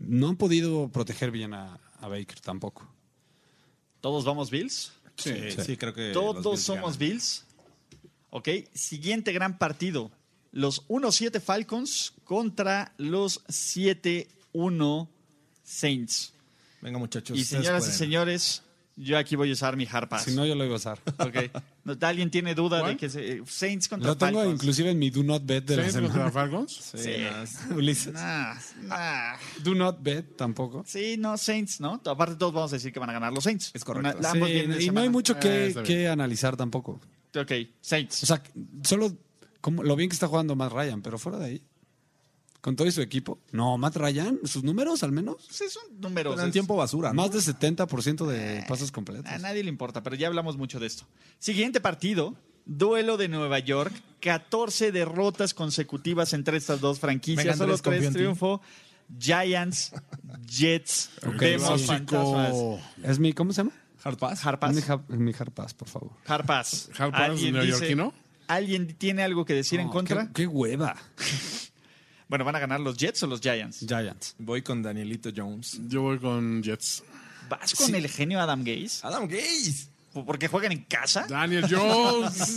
F: No han podido proteger bien a, a Baker tampoco.
E: ¿todos vamos Bills?
G: Sí, sí, creo que. Eh, los
E: Todos
G: Bills
E: somos
G: ganan.
E: Bills. Ok, siguiente gran partido. Los 1-7 Falcons contra los 7-1 Saints.
G: Venga, muchachos.
E: Y
G: ustedes
E: señoras y
G: pueden.
E: señores, yo aquí voy a usar mi hard pass.
F: Si no, yo lo iba a usar.
E: Ok. No, ¿Alguien tiene duda
H: ¿Cuál?
E: de que se- eh, Saints contra
F: Lo tengo
E: Falcons?
F: inclusive en mi do not bet de la
H: ¿Saints contra
F: semana.
H: Falcons?
G: Sí,
E: Sí.
G: nada más.
F: Ulises.
E: pues, Nah, nah.
F: Do not bet tampoco.
E: Sí, no, Saints, ¿no? Aparte todos vamos a decir que van a ganar los Saints.
G: Es correcto.
E: Una- ambos
F: Sí,
E: vienen de
F: y no hay
E: semana. Eh,
F: mucho
H: Ah,
F: que,
H: está bien.
F: que analizar tampoco.
E: Ok, Saints.
F: O sea, solo como, lo bien que está jugando Matt Ryan, pero fuera de ahí. Con todo y su equipo. No, Matt Ryan, sus números al menos.
E: Sí, son números.
G: Pero en
E: Pues es-
G: tiempo basura. ¿no?
F: Más de 70%
E: Eh,
F: de pasos completos.
E: A nadie le importa, pero ya hablamos mucho de esto. Siguiente partido, duelo de Nueva York, 14 derrotas consecutivas entre estas dos franquicias,
G: Venga, Andrés,
E: solo
G: confío
E: tres
G: en ti.
E: triunfos. Jets, Jets,
F: Ok,
E: vemos
F: sí.
E: fantasmas.
H: Clásico
F: Es mi, ¿cómo se llama?
G: Hard pass.
E: Hard pass.
F: Mi, hard, mi hard pass, por favor.
E: Hard pass.
H: Hard pass
E: ¿Alguien dice-
H: neoyorquino?
E: ¿Alguien tiene algo que decir en
F: No,
E: contra?
F: Qué, qué hueva.
E: Bueno, ¿van a ganar los Jets o los Giants?
F: Giants.
G: Voy con Danielito Jones.
H: Yo voy con Jets.
E: ¿Vas con el genio Adam Gaze?
G: Adam Gaze.
E: ¿Porque juegan en casa?
H: Daniel Jones.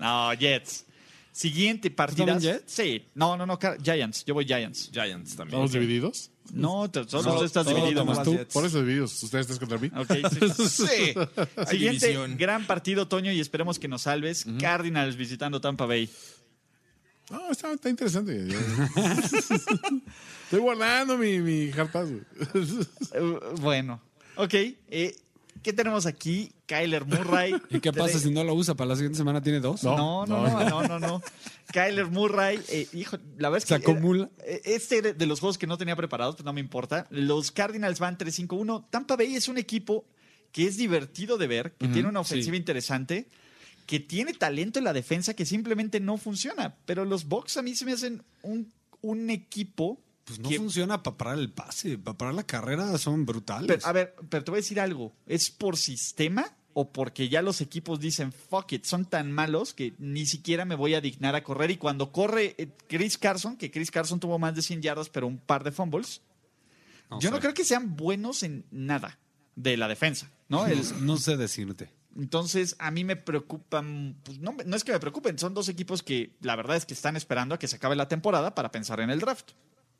E: No, Jets. Siguiente partida.
F: también Jets?
E: Sí. No, no, no, Car- Giants. Yo voy Giants.
G: Giants también.
H: ¿Estamos divididos?
E: No, te- solo
G: No,
E: tú estás
G: todo
E: dividido.
G: nomás
E: más.
F: tú.
G: Jets.
H: Por eso divididos. Ustedes tres contra mí.
E: Ok, sí. Sí. Siguiente
G: división.
E: gran partido, Toño, y esperemos que nos salves. Cardinals visitando Tampa Bay.
H: No, está, está interesante. Yo- Estoy guardando mi, mi hard pass, güey.
E: Eh, bueno, ok. eh, ¿Qué tenemos aquí? Kyler Murray.
F: ¿Y qué pasa
E: Tre-
F: si no lo usa? Para la siguiente semana tiene dos.
E: No, no, no,
H: no.
E: no, no, no. Kyler Murray, eh, hijo, la verdad es que.
F: Sacó
E: era-
F: mula.
E: eh, Este era de los juegos que no tenía preparados, pero no me importa. Los Cardinals van 3-5-1. Tampa Bay es un equipo que es divertido de ver, que tiene una ofensiva interesante, que tiene talento en la defensa que simplemente no funciona. Pero los Bucks a mí se me hacen un, un equipo.
F: Pues no
E: que-
F: funciona para parar el pase. Para parar la carrera son brutales.
E: pero, a ver, pero te voy a decir algo. ¿Es por sistema o porque ya los equipos dicen, fuck it, son tan malos que ni siquiera me voy a dignar a correr? Y cuando corre eh, Chris Carson, que Chris Carson tuvo más de 100 yardas, pero un par de fumbles,
F: No
E: yo
F: sé.
E: no creo que sean buenos en nada de la defensa, ¿no? El-
F: No sé decirte.
E: entonces, a mí me preocupan, pues, no, me- no es que me preocupen, son dos equipos que la verdad es que están esperando a que se acabe la temporada para pensar en el draft.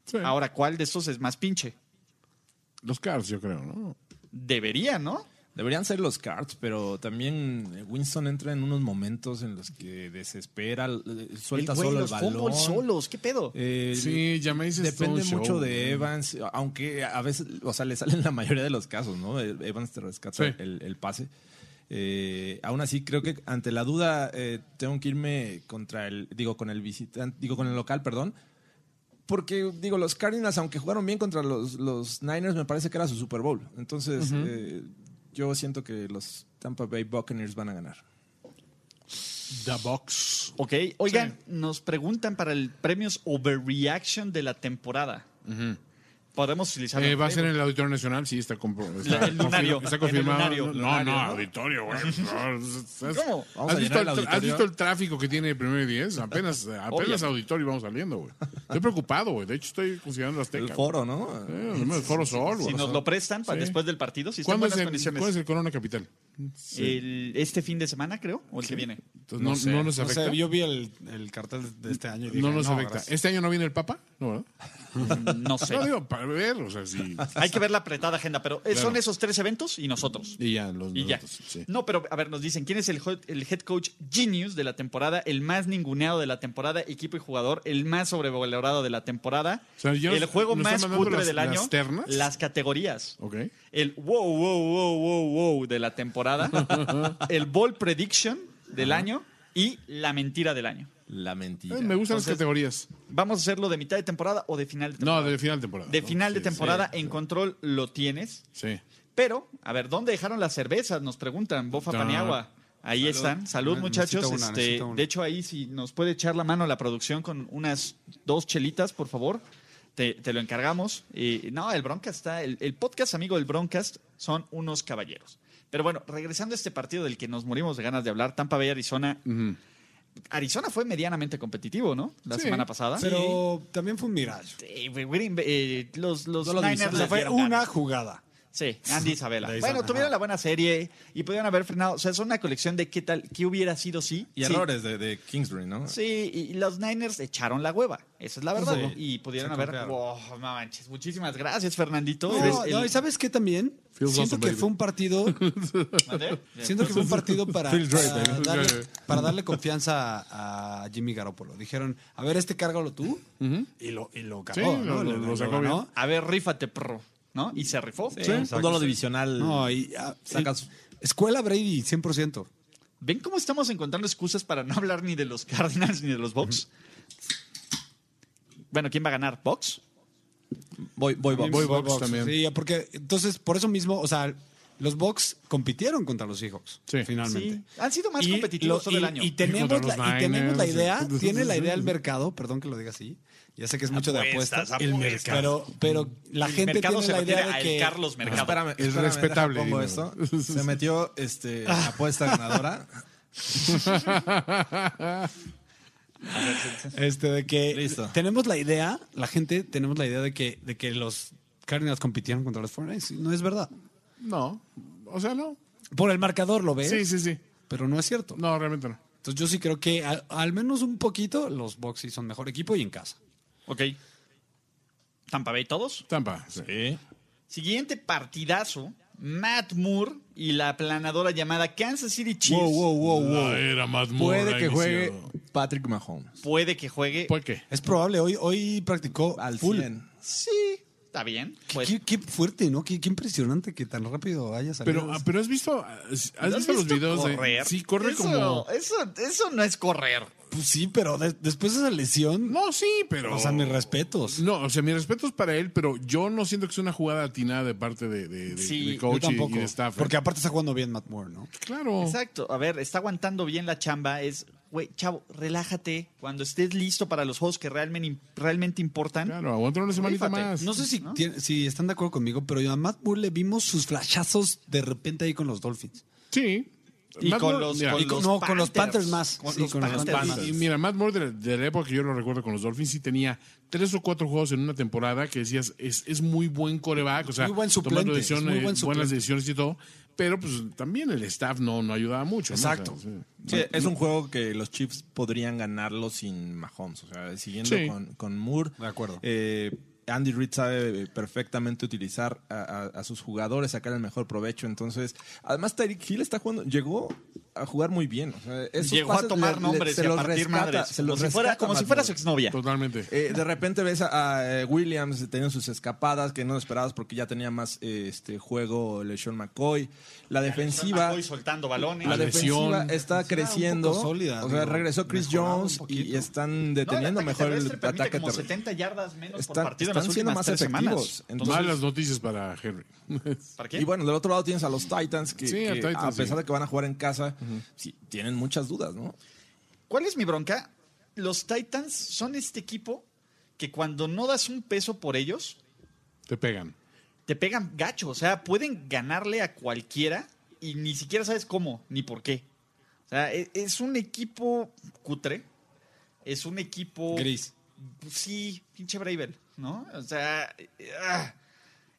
H: Sí.
E: Ahora, ¿cuál de estos es más pinche?
H: Los Cars, yo creo, ¿no?
E: Debería, ¿no?
G: Deberían ser los Cards, pero también eh, Winston entra en unos momentos en los que desespera, eh, suelta
E: güey,
G: solo
E: los
G: el
E: fumbles
G: balón.
E: solos, ¿qué pedo?
G: Eh,
B: Sí, ya me dices todo
G: Depende
B: un show,
G: mucho
B: güey.
G: de Evans, aunque a veces, o sea, le salen la mayoría de los casos, ¿no? El- Evans te rescata
B: Sí.
G: el, el pase. Eh, aún así, creo que ante la duda eh, tengo que irme contra el, digo, con el visitante, digo, con el local, perdón. Porque, digo, los Cardinals, aunque jugaron bien contra los, los Niners, me parece que era su Super Bowl. Entonces, eh, yo siento que los Tampa Bay Buccaneers van a ganar.
B: The Box.
E: Ok, oigan, nos preguntan para el premios Overreaction de la temporada. Podemos utilizar.
B: Eh,
E: el
B: va a ser
E: premio?
B: en el Auditorio Nacional, sí, está, compro- está
E: La- el lunario,
B: confirma- está
E: el
B: confirmado.
E: lunario,
B: no,
E: lunario,
B: no,
E: ¿no?
B: auditorio, güey.
E: ¿Cómo?
G: Vamos
B: ¿Has visto,
G: a llenar
B: el, ¿Has
G: el auditorio.
B: visto el tráfico que tiene el primer 10? Apenas, apenas
E: Obvio.
B: auditorio vamos saliendo, güey. Estoy preocupado, güey. De hecho, estoy considerando las
G: El
B: tecas.
G: foro, ¿no?
B: el foro sol,
E: Si
B: güey.
E: nos lo prestan para
B: Sí.
E: después del partido, si están
B: ¿Cuándo es
E: buenas
B: el,
E: condiciones.
B: cuál es el Corona Capital?
E: El- este fin de semana, creo, o el que viene.
B: Entonces, no, no nos
F: No sé,
B: afecta. No,
F: yo vi el, el cartel de este año y dije,
B: nos afecta.
F: gracias".
B: ¿Este año no viene el Papa? No, ¿verdad?
E: No sé.
B: No, digo, para ver, o sea, sí.
E: Hay que ver la apretada agenda, pero eh, son
B: Claro.
E: esos tres eventos y nosotros.
B: Y ya, los
E: Y ya.
B: nosotros, sí.
E: No, pero a ver, nos dicen, ¿quién es el, hot- el head coach genius de la temporada, el más ninguneado de la temporada, equipo y jugador, el más sobrevalorado de la temporada,
B: O sea, ya
E: el
B: nos-
E: juego
B: nos están
E: más
B: mandando
E: putre
B: las-
E: del año,
B: las ternas.
E: las categorías,
B: Ok. Eh,
E: el wow, wow, wow, wow, wow de la temporada, el ball prediction del año y la mentira del año.
G: La mentira.
B: Eh, me gustan las
E: Entonces-
B: categorías.
E: ¿Vamos a hacerlo de mitad de temporada o de final de temporada?
B: No, de final de temporada.
E: de
B: ¿no?
E: final de
B: Sí,
E: temporada
B: sí,
E: en control lo tienes.
B: Sí.
E: Pero, a ver, ¿dónde dejaron las cervezas? Nos preguntan, Bofa
B: Ah.
E: Paniagua. Ahí
F: Salud.
E: están. Salud,
F: Ne-
E: muchachos.
F: necesito una,
E: Este,
F: necesito una.
E: de hecho, ahí si nos puede echar la mano la producción con unas dos chelitas, por favor. Te, te lo encargamos. Eh, no, el Broncast está. El, el podcast, amigo del Broncast, son unos caballeros. Pero bueno, regresando a este partido del que nos morimos de ganas de hablar, Tampa Bay, Arizona. Arizona fue medianamente competitivo, ¿no? La
B: Sí,
E: semana pasada.
F: Pero también fue un mirage.
E: Eh, Green Bay, eh, los, los
G: No lo
E: Niners
G: divisaron.
F: O sea,
E: les
F: fue
E: dieron
F: una
E: ganas.
F: jugada.
E: Sí, Andy Isabela.
F: De Isabela,
E: Bueno,
F: ajá.
E: tuvieron la buena serie y pudieron haber frenado. O sea, es una colección de qué tal, qué hubiera sido sí.
G: Y
E: Sí.
G: errores de, de Kingsbury, ¿no?
E: Sí, y y los Niners echaron la hueva. Esa es la verdad.
F: Sí.
E: Y pudieron
F: Se
E: haber.
F: confiaron.
E: Wow, no manches. Muchísimas gracias, Fernandito. Este,
F: No,
E: Eres
F: no,
E: el-
F: ¿y sabes qué también?
B: Feels
F: Siento
B: awesome,
F: que
B: baby.
F: fue un partido,
E: ¿Mande?
F: siento que fue un partido para,
G: Feels great,
F: para
G: baby.
F: darle, para darle confianza a, a Jimmy Garoppolo. Dijeron, a ver, este cárgalo tú y lo y lo cargó,
B: Sí, lo-
F: ¿no?
B: lo-
F: Le-
B: lo
F: le
B: sacó
F: ganó.
B: bien.
E: A ver, rífate, perro. ¿No? Y se rifó. Pues,
G: Un duelo divisional.
F: No, y ah,
G: Sacas-
F: sí. escuela Brady 100%.
E: ¿Ven cómo estamos encontrando excusas para no hablar ni de los Cardinals ni de los Bucks? Bueno, ¿quién va a ganar? ¿Bucks?
G: Voy, voy, voy.
B: Voy Bucks también.
F: Sí, porque entonces por eso mismo, o sea, los Bucks compitieron contra los Seahawks
B: Sí.
F: finalmente.
E: Sí. Han sido más
F: Y
E: competitivos
F: lo-
E: todo
F: y-
E: el año.
F: Y
B: Contra
F: tenemos,
B: los
F: la, y tenemos la
B: Niners,
F: idea,
B: sí.
F: tiene la idea el mercado, perdón que lo diga así. Ya sé que es mucho
E: Apuestas,
F: de apuestas.
E: apuestas.
F: Pero, pero la
E: El
F: gente
E: mercado
F: tiene
E: se
F: la idea
E: refiere
F: de
E: al
F: que.
E: Carlos Mercado.
G: Espérame,
B: Es
G: espérame,
B: respetable,
G: deja, pongo
B: digo.
G: esto. Se metió este,
E: Ah.
G: apuesta ganadora.
F: Este, de que
G: Listo.
F: tenemos la idea, la gente tenemos la idea de que, de que los Cardinals compitieron contra los 49 No es verdad.
B: No. O sea, no.
F: Por el marcador lo
E: ¿Eh?
F: ves,
B: Sí, sí, sí.
F: pero no es cierto.
B: No, realmente no.
F: Entonces yo sí creo que al, al menos un poquito los Bucks sí son mejor equipo y en casa.
E: Ok. Tampa Bay todos.
B: Tampa. Sí.
E: Siguiente partidazo. Matt Moore y la aplanadora llamada Kansas City Chiefs.
F: wow,
B: La era más
G: Puede
B: morra
G: que juegue
B: inició.
G: Patrick Mahomes.
E: Puede que juegue.
B: ¿Puede qué?
F: Es probable, hoy, hoy practicó
G: Al
F: full.
G: 100.
E: Sí. Está bien. Pues,
F: Qué, qué fuerte, ¿no? Qué, qué impresionante que tan rápido haya salido.
B: Pero,
F: ese-
B: ah, pero has visto, has,
E: ¿lo
B: visto los
E: visto
B: videos
E: correr?
B: de. Sí, corre
E: Eso-
B: como.
E: Eso, eso no es correr.
F: Pues sí, pero de- después de esa lesión,
B: No, sí, pero.
F: o sea, mis respetos.
B: No, o sea, mis respetos para él, pero yo no siento que sea una jugada atinada de parte de, de, de-
E: Sí,
B: de coach y- y de staff. ¿eh?
F: Porque aparte está jugando bien Matt Moore, ¿no?
B: claro.
E: Exacto. A ver, está aguantando bien la chamba. Es, güey, chavo, relájate. Cuando estés listo para los juegos que realmente, realmente importan.
B: Claro, aguanta una semanita
E: Rífate.
B: más.
F: No sé si, tiene- si están de acuerdo conmigo, pero a Matt Moore le vimos sus flashazos de repente ahí con los Dolphins.
B: Sí.
E: Y
B: Matt
E: con
B: Moore,
E: los,
B: mira,
E: con
F: Y con-
E: los
F: no, con los Panthers más.
E: Con
F: Sí,
E: los
F: con los
E: Panthers.
B: Y, y mira, Matt Moore de la, de la época que yo lo recuerdo con los Dolphins sí tenía tres o cuatro juegos en una temporada que decías es, es muy buen coreback, o sea,
F: Muy buen
B: tomando
F: suplente, es muy
B: decisiones,
F: buen
B: buenas
F: suplente.
B: decisiones y todo, pero pues también el staff no, no ayudaba mucho. ¿no? O sea,
F: Exacto.
B: sí.
G: Sí, es un juego que los Chiefs podrían ganarlo sin Mahomes. O sea, siguiendo
B: Sí.
G: con, con Moore.
F: De acuerdo.
G: eh, Andy Reid sabe eh, perfectamente utilizar a, a- a sus jugadores, sacar el mejor provecho. Entonces, además Tyreek Hill está jugando, llegó a jugar muy bien. o sea, esos
E: Llegó a
G: pases
E: tomar
G: le- le-
E: nombres
G: se
E: y a
G: los
E: partir
G: rescata,
E: madres.
G: se
E: como
G: los
E: si fuera,
G: rescata,
E: como si
G: Matt
E: fuera
G: Moore.
E: su exnovia.
H: Totalmente.
G: Eh, de repente ves a, a, eh, Williams teniendo sus escapadas que no esperabas porque ya tenía más eh, este juego LeSean McCoy. La defensiva,
E: Hoy soltando balones.
G: la
H: La
G: defensiva
H: lesión.
G: está creciendo.
F: poco sólida,
G: o sea,
F: digo,
G: regresó Chris
F: mejorado un
G: Jones y- y
F: poquito.
G: están
E: No, el
G: deteniendo
E: ataque
G: mejor el
E: terrestre permite
G: ataque
E: como
G: terrestre.
E: 70 yardas menos
G: Están-
E: por partido en
G: están
E: las
G: siendo
E: últimas
G: más
E: tres
G: efectivos.
E: semanas.
G: Entonces-
H: Malas noticias para Henry.
E: ¿Para qué?
G: Y bueno, del otro lado tienes a los Titans que,
H: Sí, a
G: que
H: Titans,
G: a
H: sí.
G: pesar de que van a jugar en casa, sí, tienen muchas dudas, ¿no?
E: ¿Cuál es mi bronca? Los Titans son este equipo que cuando no das un peso por ellos,
H: Te pegan.
E: te pegan gacho. O sea, pueden ganarle a cualquiera y ni siquiera sabes cómo ni por qué. O sea, e- es un equipo cutre. Es un equipo.
F: Gris.
E: Sí, pinche Bravel, ¿no? O sea. eh, ah.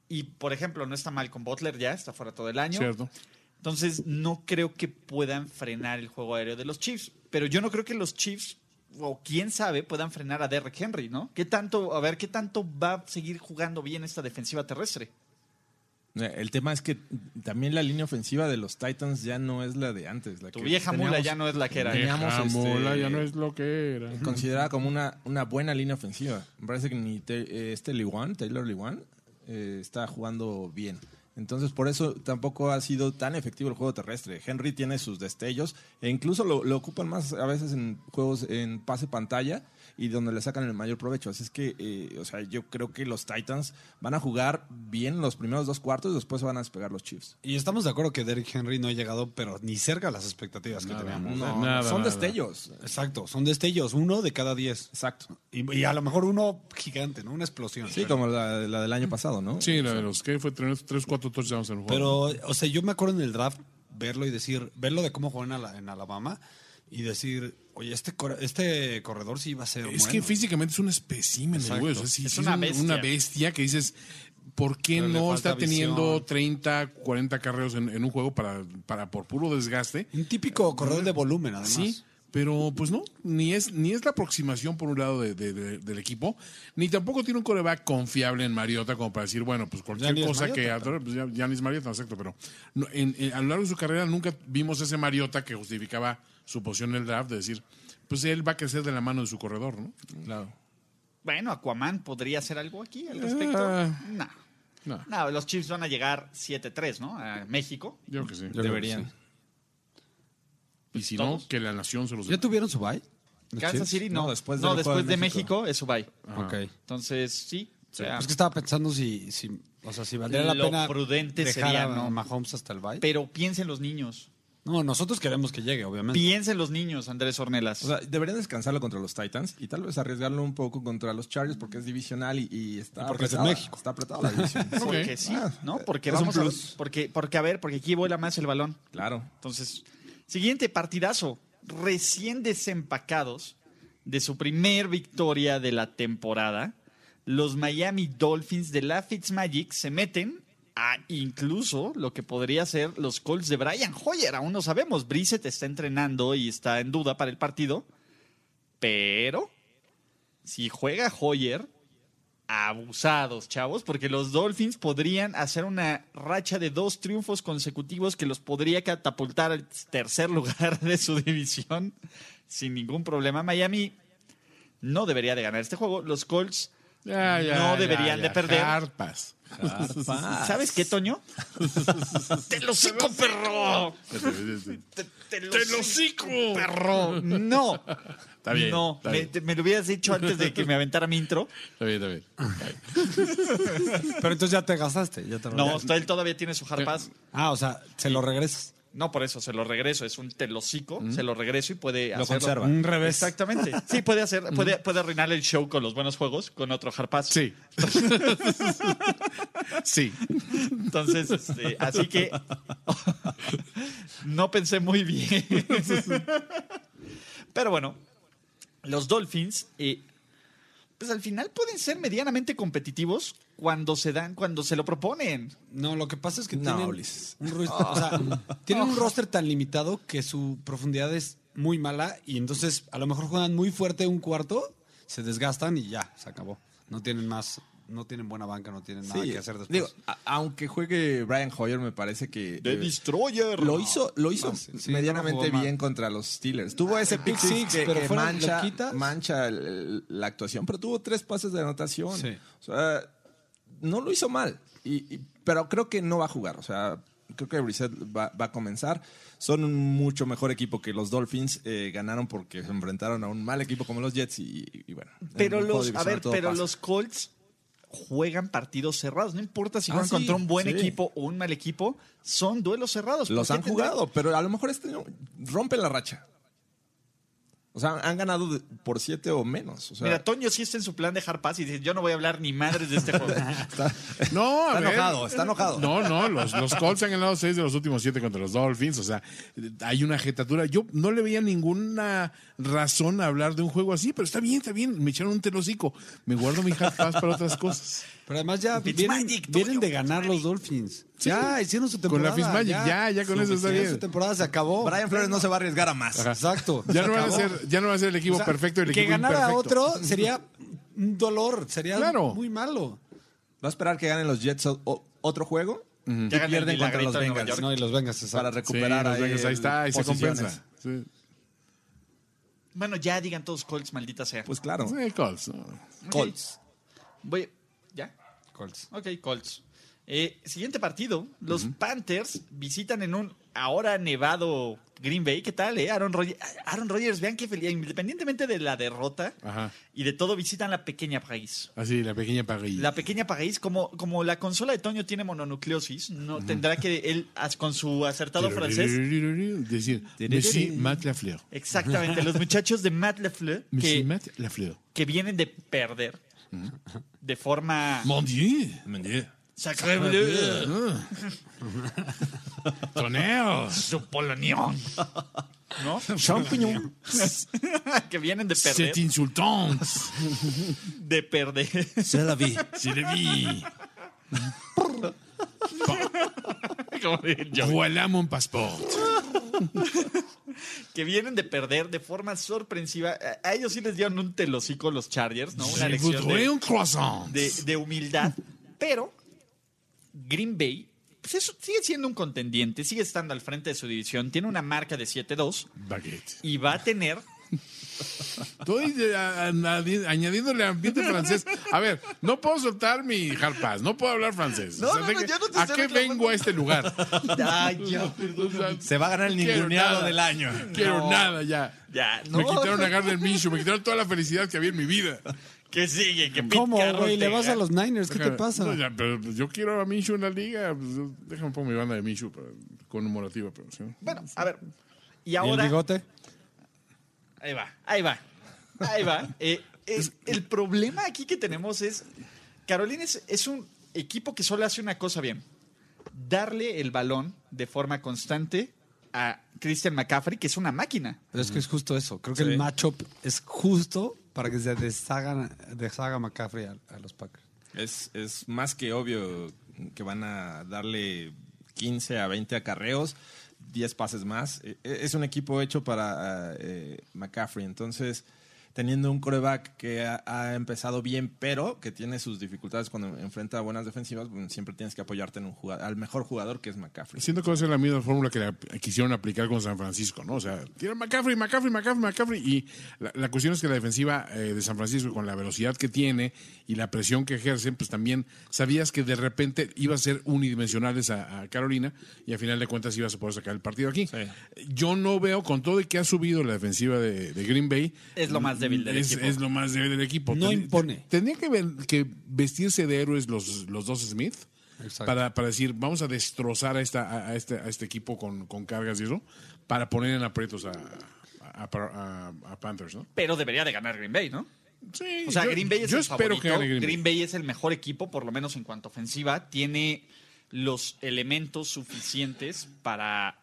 E: Y por ejemplo, no está mal con Butler ya, está fuera todo el año.
H: ¿Cierto?
E: Entonces, no creo que puedan frenar el juego aéreo de los Chiefs. Pero yo no creo que los Chiefs, o quién sabe, puedan frenar a Derrick Henry, ¿no? ¿Qué tanto, a ver, qué tanto va a seguir jugando bien esta defensiva terrestre?
G: Eh, El tema es que también la línea ofensiva de los Titans ya no es la de antes. La
E: Tu
G: que
E: vieja
G: teníamos
E: mula ya no es la que era.
G: Teníamos,
H: Vieja
G: este,
H: mola, ya no es lo que era.
G: Considerada como una, una buena línea ofensiva. Me parece que ni te- eh, este Liwan, Taylor Liwan, está jugando bien. Entonces, por eso tampoco ha sido tan efectivo el juego terrestre. Henry tiene sus destellos e incluso lo, lo ocupan más a veces en juegos en pase pantalla y donde le sacan el mayor provecho. Así es que, eh, o sea, yo creo que los Titans van a jugar bien los primeros dos cuartos y después se van a despegar los Chiefs.
F: Y estamos de acuerdo que Derrick Henry no ha llegado, pero ni cerca a las expectativas que teníamos. ¿eh?
G: No,
H: nada,
G: son
H: nada.
G: destellos.
F: Exacto, son destellos, uno de cada diez.
G: Exacto.
F: Y, y a lo mejor uno gigante, ¿no? Una explosión.
G: Sí,
F: Pero-
G: como la, la del año pasado, ¿no?
H: Sí, la de los que fue 3, 4 touchdowns en el juego.
F: Pero, o sea, yo me acuerdo en el draft verlo y decir, verlo de cómo juegan en, Ala- en Alabama y decir, oye, este, cor- este corredor sí va a ser
H: es
F: bueno.
H: que físicamente es un espécimen, el
F: Exacto.
H: güey. O sea, sí,
E: Es
H: sí
E: una
H: un-
E: bestia.
H: bestia que dices, ¿por qué
F: Pero le
H: no
F: falta
H: está teniendo
F: visión.
H: 30, 40 carreos en, en un juego para, para por puro desgaste?
F: Un típico corredor de volumen, además.
H: Sí, pero pues no, ni es, ni es la aproximación por un lado de- de- de- del equipo, ni tampoco tiene un coreback confiable en Mariota como para decir, bueno, pues cualquier
F: Ya ni es
H: cosa que
F: Mariota,
H: atore, pues ya, ya ni es Mariota, exacto, pero no, en- en- a lo largo de su carrera nunca vimos ese Mariota que justificaba su posición en el draft, de decir, pues él va a crecer de la mano de su corredor, ¿no?
G: Claro.
E: Bueno, Aquaman podría hacer algo aquí al respecto.
H: Ah.
E: No.
H: No.
E: No, los Chiefs van a llegar 7-3, ¿no? A México.
H: Yo creo que sí.
G: Deberían.
H: Y si
E: Todos.
H: no, que la nación se los
F: ¿Ya tuvieron su bye? ¿Los
E: Kansas
F: Chiefs?
E: City no.
G: No,
E: No,
G: después
E: después de,
G: del juego de México.
E: México. es su bye.
F: Ok.
E: Entonces, sí. o sea,
F: Es pues que estaba pensando si, si- o sea, si valdría la
E: Lo
F: pena
E: prudente
F: dejar
E: sería,
F: a
E: ¿no?
F: Mahomes hasta el bye.
E: pero piensen los niños.
F: No, nosotros queremos que llegue, obviamente.
E: Piensen los niños, Andrés Ornelas.
G: O sea, deberían descansarlo contra los Titans y tal vez arriesgarlo un poco contra los Chargers porque es divisional y, y está
F: Y porque es en
G: apretada.
F: México.
G: Está apretada la división.
E: Porque
H: Ok.
E: sí, ¿no? Porque
G: es un
E: vamos a ver,
G: plus.
E: porque, porque a ver, porque aquí vuela más el balón.
G: claro.
E: Entonces, siguiente partidazo. Recién desempacados de su primer victoria de la temporada, los Miami Dolphins de la Fitzmagic se meten a incluso lo que podría ser los Colts de Brian Hoyer. Aún no sabemos. Brissett está entrenando y está en duda para el partido. Pero si juega Hoyer, abusados, chavos, porque los Dolphins podrían hacer una racha de dos triunfos consecutivos que los podría catapultar al tercer lugar de su división sin ningún problema. Miami no debería de ganar este juego. Los Colts,
H: Ya, ya,
E: No
H: ya,
E: deberían
H: ya.
E: de perder.
H: Carpas.
E: ¿sabes qué, Toño? ¡Te lo seco, perro! ¡Te, te lo
H: ¡Te lo
E: seco,
H: cico!
E: perro! ¡No!
H: Está bien.
E: no,
H: está
E: me-
H: bien,
E: te- me lo hubieras dicho antes de que me aventara mi intro.
H: está bien, está bien.
F: Pero entonces ya te gastaste. Ya te lo-
E: No, él todavía tiene su hard pass.
F: Ah, o sea, se lo regresas.
E: No, por eso, se lo regreso. Es un telocico, se lo regreso y puede
G: Mm. Lo
E: hacerlo.
G: conserva. Mm.
F: Un revés.
E: Exactamente. Sí, puede hacer, puede, puede arruinar el show con los buenos juegos, con otro hard pass.
H: Sí. sí.
E: Entonces, este, así que no pensé muy bien. Pero bueno, los Dolphins, eh, pues al final pueden ser medianamente competitivos cuando se dan, cuando se lo proponen.
F: No, lo que pasa es que
G: No,
F: tienen,
G: Ulises.
F: un roster, o sea, tienen un roster tan limitado que su profundidad es muy mala y entonces a lo mejor juegan muy fuerte un cuarto, se desgastan y ya, se acabó. No tienen más no tienen buena banca, no tienen nada
G: Sí,
F: que hacer después.
G: digo, a- aunque juegue Brian Hoyer, me parece que. eh,
E: Destroyer.
G: lo hizo, lo hizo
F: no, sí, sí, no
G: medianamente
F: jugó mal. Ah,
G: bien contra los Steelers. Tuvo ese pick
F: pick
G: six
F: six,
G: que,
F: pero
G: que
F: fuera de
G: mancha,
F: loquitas.
G: mancha el- el- la actuación, pero tuvo tres pases de anotación.
F: Sí.
G: O sea, no lo hizo mal, y, y- pero creo que no va a jugar. O sea, creo que Brissett va, va a comenzar. Son un mucho mejor equipo que los Dolphins. eh, ganaron porque se enfrentaron a un mal equipo como los Jets y, y bueno. en
E: Pero
G: un juego
E: los, a
G: divisional
E: ver,
G: todo
E: pero
G: pasa.
E: los Colts juegan partidos cerrados. No importa si
G: Ah,
E: juegan
G: sí,
E: contra un buen
G: sí.
E: equipo o un mal equipo, son duelos cerrados.
G: Los
E: ¿Por
G: han
E: qué tendría-
G: jugado, pero a lo mejor este año rompen la racha. O sea, han ganado de- por siete o menos. O sea,
E: Mira, Toño sí está en su plan de dejar paz y dice, yo no voy a hablar ni madres de este juego.
B: No, a
G: está
B: ver.
G: enojado, está enojado.
B: No, no, los, los Colts han ganado seis de los últimos siete contra los Dolphins. O sea, hay una jetatura. Yo no le veía ninguna razón a hablar de un juego así, pero está bien, está bien. Me echaron un telocico. Me guardo mi half pass para otras cosas.
F: Pero además ya
E: It's
F: vienen,
E: magic,
F: vienen
E: Toño,
F: de
E: it's
F: ganar los Dolphins. Ya, hicieron su
B: Con
F: temporada.
B: la Fitzmagic, ya, ya con eso está
F: hicieron
B: bien.
F: Su temporada se acabó.
G: Brian Flores no se va a arriesgar a más.
F: Exacto.
B: Ya
F: se
B: no, van a
F: acabó.
B: ser, ya no va a ser el equipo
F: O sea,
B: perfecto, el
F: Que
B: equipo
F: ganara
B: imperfecto.
F: otro sería un dolor, sería
B: Claro.
F: muy malo.
G: Va a esperar que ganen los Jets o- o- otro juego y
E: Que hagan el
G: pierden contra
E: milagrito
G: los
E: de Nueva
G: Bengals
E: York.
F: No, y los vengas exacto.
G: para
B: Sí,
G: recuperar
B: los
G: ahí,
B: Bengals, ahí está, y se
G: posiciones.
B: compensa. Sí.
E: bueno, ya digan todos Colts, maldita sea.
G: Pues claro,
B: Sí, Colts. no.
E: Ok.
G: Colts.
E: Voy, ¿ya?
F: Colts.
E: Ok, Colts. Eh, siguiente partido, los Panthers visitan en un ahora nevado Green Bay. ¿Qué tal, eh? Aaron, Rodgers, Aaron Rodgers, vean qué feliz. Independientemente de la derrota
B: Ajá.
E: y de todo, visitan la pequeña país.
B: Así, la pequeña parrilla.
E: La pequeña país, como, como la consola de Toño tiene mononucleosis, no tendrá que él, as- con su acertado francés,
B: Decir, Messi Matt Lafleur.
E: exactamente, los muchachos de Matt LeFleur,
B: Messi
E: que,
B: Matt Lafleur.
E: que vienen de perder de forma...
B: Mon Dieu. Mon Dieu.
E: Sacré bleu.
B: Toneo.
E: su polonión. ¿No?
B: Champignon.
E: que vienen de perder.
B: C'est insultant.
E: De perder.
G: Se la vi.
B: C'est la vie.
E: Como de-
B: Voilà mon passeport.
E: que vienen de perder de forma sorpresiva. A- A ellos sí les dieron un telocico los Chargers, ¿no?
F: pues,
E: Una
B: Je
E: lección
B: voudrais
E: de,
B: un croissant.
E: de- de humildad. Pero Green Bay pues eso sigue siendo un contendiente, sigue estando al frente de su división, tiene una marca de 7-2
B: Baguette.
E: y va a tener
B: Estoy eh, a- añadi- añadiéndole ambiente francés. A ver, no puedo soltar mi harpaz, no puedo hablar francés.
E: No, no, no,
B: tengo-
E: yo no te
B: ¿A
E: estoy
B: qué
E: reclamando.
B: vengo a este lugar?
E: Ay, ya,
B: O sea,
G: Se va a ganar el
B: Quiero
G: ninguneado
B: nada.
G: del año.
B: quiero
E: No.
B: nada ya.
E: ya,
B: Me
E: no.
B: quitaron a Gardner Minshew, me quitaron toda la felicidad que había en mi vida.
E: que sigue, que Pete
F: ¿Cómo,
E: Carroll
F: güey? Le
E: te
F: vas a
E: gana.
F: los Niners, ¿qué te
B: No,
F: pasa?
B: ya, pero pues, yo quiero a Minshew en la liga. pues, yo- déjame poner mi banda de Minshew para- conmemorativa. Pero, ¿sí?
E: Bueno, a ver. Y
F: ¿Y el
E: ahora
F: bigote?
E: Ahí va, ahí va, ahí va. Eh, es- el problema aquí que tenemos es, Carolina es, es un equipo que solo hace una cosa bien, darle el balón de forma constante a Christian McCaffrey, que es una máquina.
F: Pero es que es justo eso. Creo que el matchup es justo para que se deshagan, deshaga McCaffrey a, a los Packers.
G: Es, es más que obvio que van a darle 15 a 20 acarreos, 10 pases más. Eh, eh, Es un equipo hecho para eh, McCaffrey. Entonces, teniendo un coreback que ha, ha empezado bien, pero que tiene sus dificultades cuando enfrenta buenas defensivas, bueno, siempre tienes que apoyarte en un jugador, al mejor jugador que es McCaffrey.
B: Siento que va a ser la misma fórmula que la quisieron aplicar con San Francisco, ¿no? O sea, tiran McCaffrey, McCaffrey, McCaffrey, McCaffrey. Y la, la cuestión es que la defensiva eh, de San Francisco, con la velocidad que tiene y la presión que ejercen, pues también sabías que de repente iba a ser unidimensionales a, a Carolina y a final de cuentas ibas a poder sacar el partido aquí. Yo no veo, con todo y que ha subido la defensiva de, de Green Bay.
E: Es lo más débil del
B: es,
E: equipo.
B: Es lo más débil del equipo.
F: No
B: Ten-
F: impone.
B: Tendría que, ver- que vestirse de héroes los, los dos Smith.
F: Exacto.
B: Para, para decir, vamos a destrozar a, esta, a, a este, a este equipo con, con cargas y eso, para poner en aprietos a, a, a- a Panthers, ¿no?
E: Pero debería de ganar Green Bay, ¿no?
B: Sí,
E: O sea,
B: yo-
E: Green Bay es
B: yo
E: el
B: espero
E: favorito.
B: que gane
E: Green,
B: Green, Bay.
E: Bay es el mejor equipo, por lo menos en cuanto a ofensiva. Tiene los elementos suficientes para,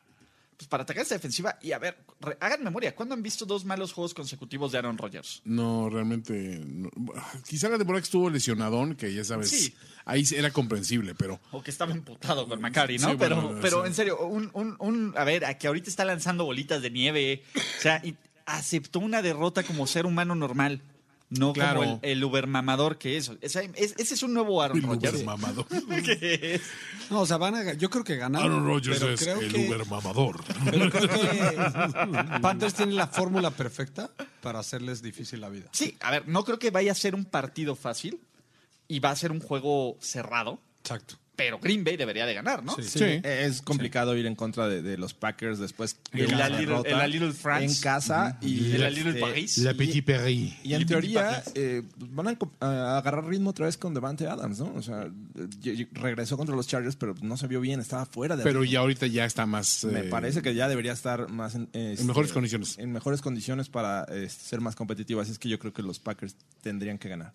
E: pues, para atacar esta defensiva. Y a ver, re- hagan memoria. ¿Cuándo han visto dos malos juegos consecutivos de Aaron Rodgers?
B: No, realmente. no. Quizá la temporada que estuvo lesionadón, que ya sabes,
E: Sí.
B: ahí era comprensible, pero.
E: O que estaba emputado con Macari, ¿no?
B: Sí,
E: pero
B: bueno,
E: pero
B: sí.
E: en serio, un, un- un- a ver, a que ahorita está lanzando bolitas de nieve. O sea, y aceptó una derrota como ser humano normal. no
B: Claro.
E: como el, el ubermamador que es. Esa- es- ese es un nuevo Aaron
B: El Uber
E: Rodgers.
B: mamador.
E: ¿Qué es?
F: No, o sea, van a, ga- yo creo que ganaron.
B: Aaron Rodgers
F: pero
B: es
F: creo
B: el
F: que-
B: Uber mamador.
F: Pero creo que Panthers tiene la fórmula perfecta para hacerles difícil la vida.
E: Sí, a ver, no creo que vaya a ser un partido fácil y va a ser un juego cerrado,
F: Exacto.
E: pero Green Bay debería de ganar, ¿no?
B: Sí.
G: Eh, Es complicado ir en contra de, de los Packers después de
E: En la
G: la,
E: Little-
G: derrota
E: en la Little France.
G: en casa y
E: En la Little
G: este,
E: Paris.
B: La Petit Perry.
G: Y en
E: Little
G: teoría
E: Packers.
G: eh, van a, co- a agarrar ritmo otra vez con Devante Adams, ¿no? O sea, eh, y- y regresó contra los Chargers, pero no se vio bien, estaba fuera de
B: Pero ya ahorita ya está más.
G: me
B: eh,
G: parece que ya debería estar más en, eh, este,
B: mejores condiciones.
G: En mejores condiciones para eh, ser más competitivo. Así es que yo creo que los Packers tendrían que ganar.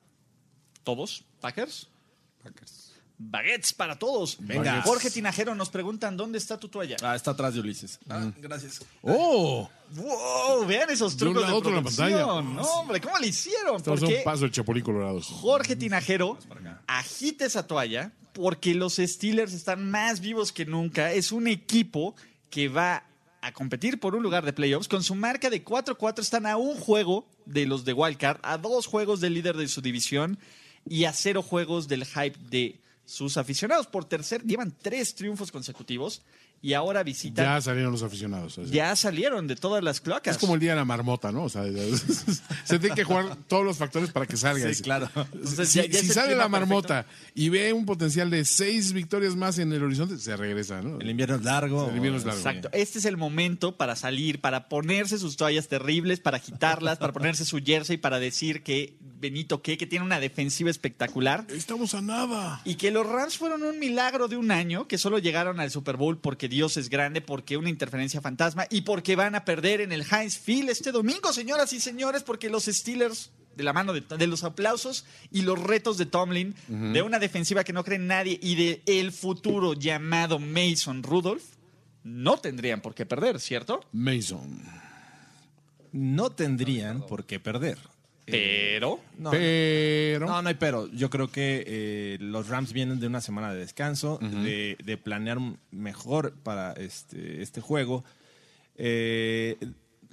E: ¿Todos? ¿Packers? Packers. Baguettes para todos. Venga. Jorge Tinajero nos preguntan dónde está tu toalla.
G: Ah, está atrás de Ulises.
B: ¡Oh!
E: ¡Wow! Vean esos
B: De un
E: trucos de,
B: lado a otro en la
E: producción.
B: pantalla.
E: No, hombre, ¿cómo le hicieron?
B: Estamos a
E: Porque
B: un paso del Chapulín Colorado.
E: Jorge Tinajero agita esa toalla porque los Steelers están más vivos que nunca. Es un equipo que va a competir por un lugar de playoffs. Con su marca de 4-4 están a un juego de los de Wildcard, a dos juegos del líder de su división y a cero juegos del hype de sus aficionados. Por tercer, llevan tres triunfos consecutivos y ahora visitan...
B: Ya
E: Ya.
B: salieron los aficionados. así.
E: salieron de todas las cloacas.
B: Es como el día de la marmota, ¿no? O sea, se tiene que jugar todos los factores para que salga.
G: Sí, claro.
E: Entonces,
B: si
E: ya- ya
B: si
E: es el
B: sale
E: clima
B: la marmota y ve un potencial de seis victorias más en el horizonte, se regresa, ¿no?
G: El em- invierno es largo.
B: El invierno es largo.
E: Exacto. Este es el momento para salir, para ponerse sus toallas terribles, para agitarlas, para ponerse su jersey, para decir que Benito que, que tiene una defensiva espectacular.
B: Estamos a nada.
E: Y que los Rams fueron un milagro de un año, que solo llegaron al Super Bowl porque Dios es grande, porque una interferencia fantasma y porque van a perder en el Heinz Field este domingo, señoras y señores, porque los Steelers, de la mano de, de los aplausos y los retos de Tomlin, de una defensiva que no cree nadie y de el futuro llamado Mason Rudolph, no tendrían por qué perder, ¿cierto?
B: Mason.
G: No tendrían por qué perder.
E: Pero...
G: No,
B: Pero.
G: No, no hay pero. Yo creo que eh, los Rams vienen de una semana de descanso, de, de planear mejor para este, este juego. Eh,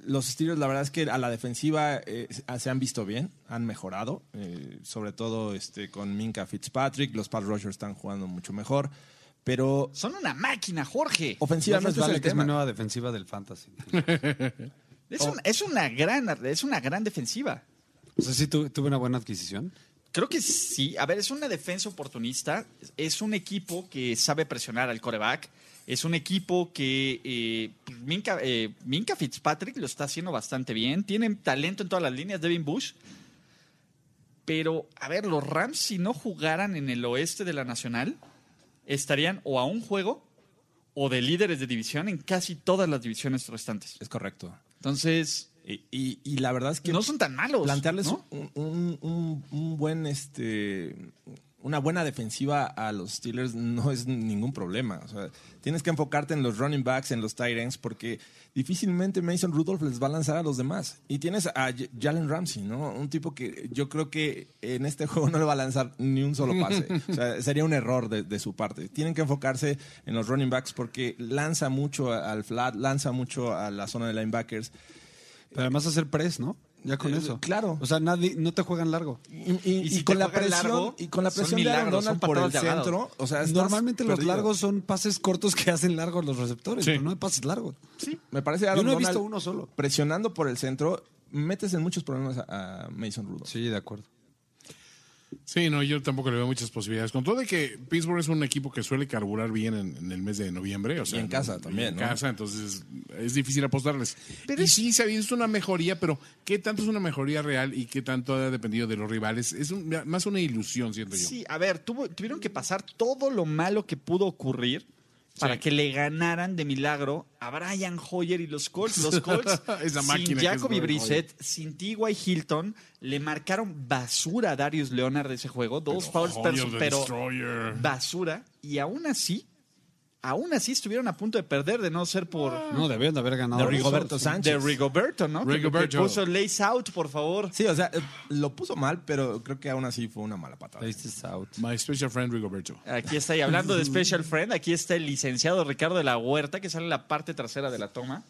G: los Steelers, la verdad es que a la defensiva eh, se han visto bien, han mejorado, eh, sobre todo este, con Minka Fitzpatrick. Los Pat Rogers están jugando mucho mejor, pero
E: Son una máquina, Jorge.
G: ofensivamente
F: Este es
G: vale
F: el
G: el
F: que es mi
G: tema.
F: nueva defensiva del fantasy.
E: Es, un- es una gran, es una gran defensiva.
F: O sea, sí tu- tuve una buena adquisición.
E: Creo que sí. A ver, es una defensa oportunista. Es un equipo que sabe presionar al coreback. Es un equipo que eh, pues, Minka, eh, Minka Fitzpatrick lo está haciendo bastante bien. Tienen talento en todas las líneas, Devin Bush. Pero, a ver, los Rams, si no jugaran en el oeste de la Nacional, estarían o a un juego o de líderes de división en casi todas las divisiones restantes.
G: Es correcto.
E: Entonces,
G: Y, y- y la verdad es que
E: no son tan malos.
G: plantearles
E: ¿no?
G: un, un- un- un buen este una buena defensiva a los Steelers no es ningún problema. O sea, tienes que enfocarte en los running backs, en los tight ends, porque difícilmente Mason Rudolph les va a lanzar a los demás. Y tienes a J- Jalen Ramsey, ¿no? Un tipo que yo creo que en este juego no le va a lanzar ni un solo pase. O sea, sería un error de, de su parte. Tienen que enfocarse en los running backs porque lanza mucho a- al flat, lanza mucho a la zona de linebackers.
F: Pero además hacer press, ¿no? Ya con
G: Eh,
F: eso.
G: claro.
F: O sea, nadie, no te juegan largo.
G: Y, y-
E: Y si
G: y con
E: te
G: la
E: juegan
G: presión,
E: largo,
G: y con la
E: son
G: presión de Aaron
E: milagros, son
G: Donald por el
E: patadas de agado.
G: centro, o sea, estás
F: Normalmente los
G: perdido.
F: largos son pases cortos que hacen largos los receptores,
B: Sí.
F: pero no hay pases largos.
E: Sí.
G: me parece Aaron
F: Yo no he
G: Donald
F: visto uno solo.
G: presionando por el centro, metes en muchos problemas a, a Mason Rudolph.
F: Sí, de acuerdo.
B: Sí, no, yo tampoco le veo muchas posibilidades. Con todo de que Pittsburgh es un equipo que suele carburar bien en, en el mes de noviembre. O sea,
G: Y en
B: ¿no?
G: casa
B: Y
G: también,
B: En
G: ¿no?
B: casa, entonces es difícil apostarles.
E: Pero
B: y
E: es-
B: sí, se ha visto una mejoría, pero ¿qué tanto es una mejoría real y qué tanto ha dependido de los rivales? Es un- más una ilusión, siento yo.
E: Sí, a ver, tuvo- tuvieron que pasar todo lo malo que pudo ocurrir para que le ganaran de milagro a Brian Hoyer y los Colts. Los Colts,
B: Esa
E: sin
B: máquina que es
E: Jacoby
B: Brian
E: Brissett, sin T.Y. Hilton, le marcaron basura a Darius Leonard de ese juego. Dos fouls,
B: Hoyer
E: perso-
B: the
E: pero
B: Destroyer.
E: basura. Y aún así, aún así estuvieron a punto de perder, de no ser por...
F: No, debieron de haber ganado.
G: De Rigoberto Sánchez.
E: De Rigoberto, ¿no? Que- Que
B: Rigoberto.
E: puso lace out, por favor.
G: Sí, o sea, eh, lo puso mal, pero creo que aún así fue una mala patada.
F: Faces out.
B: My special friend Rigoberto.
E: Aquí está, y hablando de Special Friend, aquí está el licenciado Ricardo de la Huerta, que sale en la parte trasera de la toma.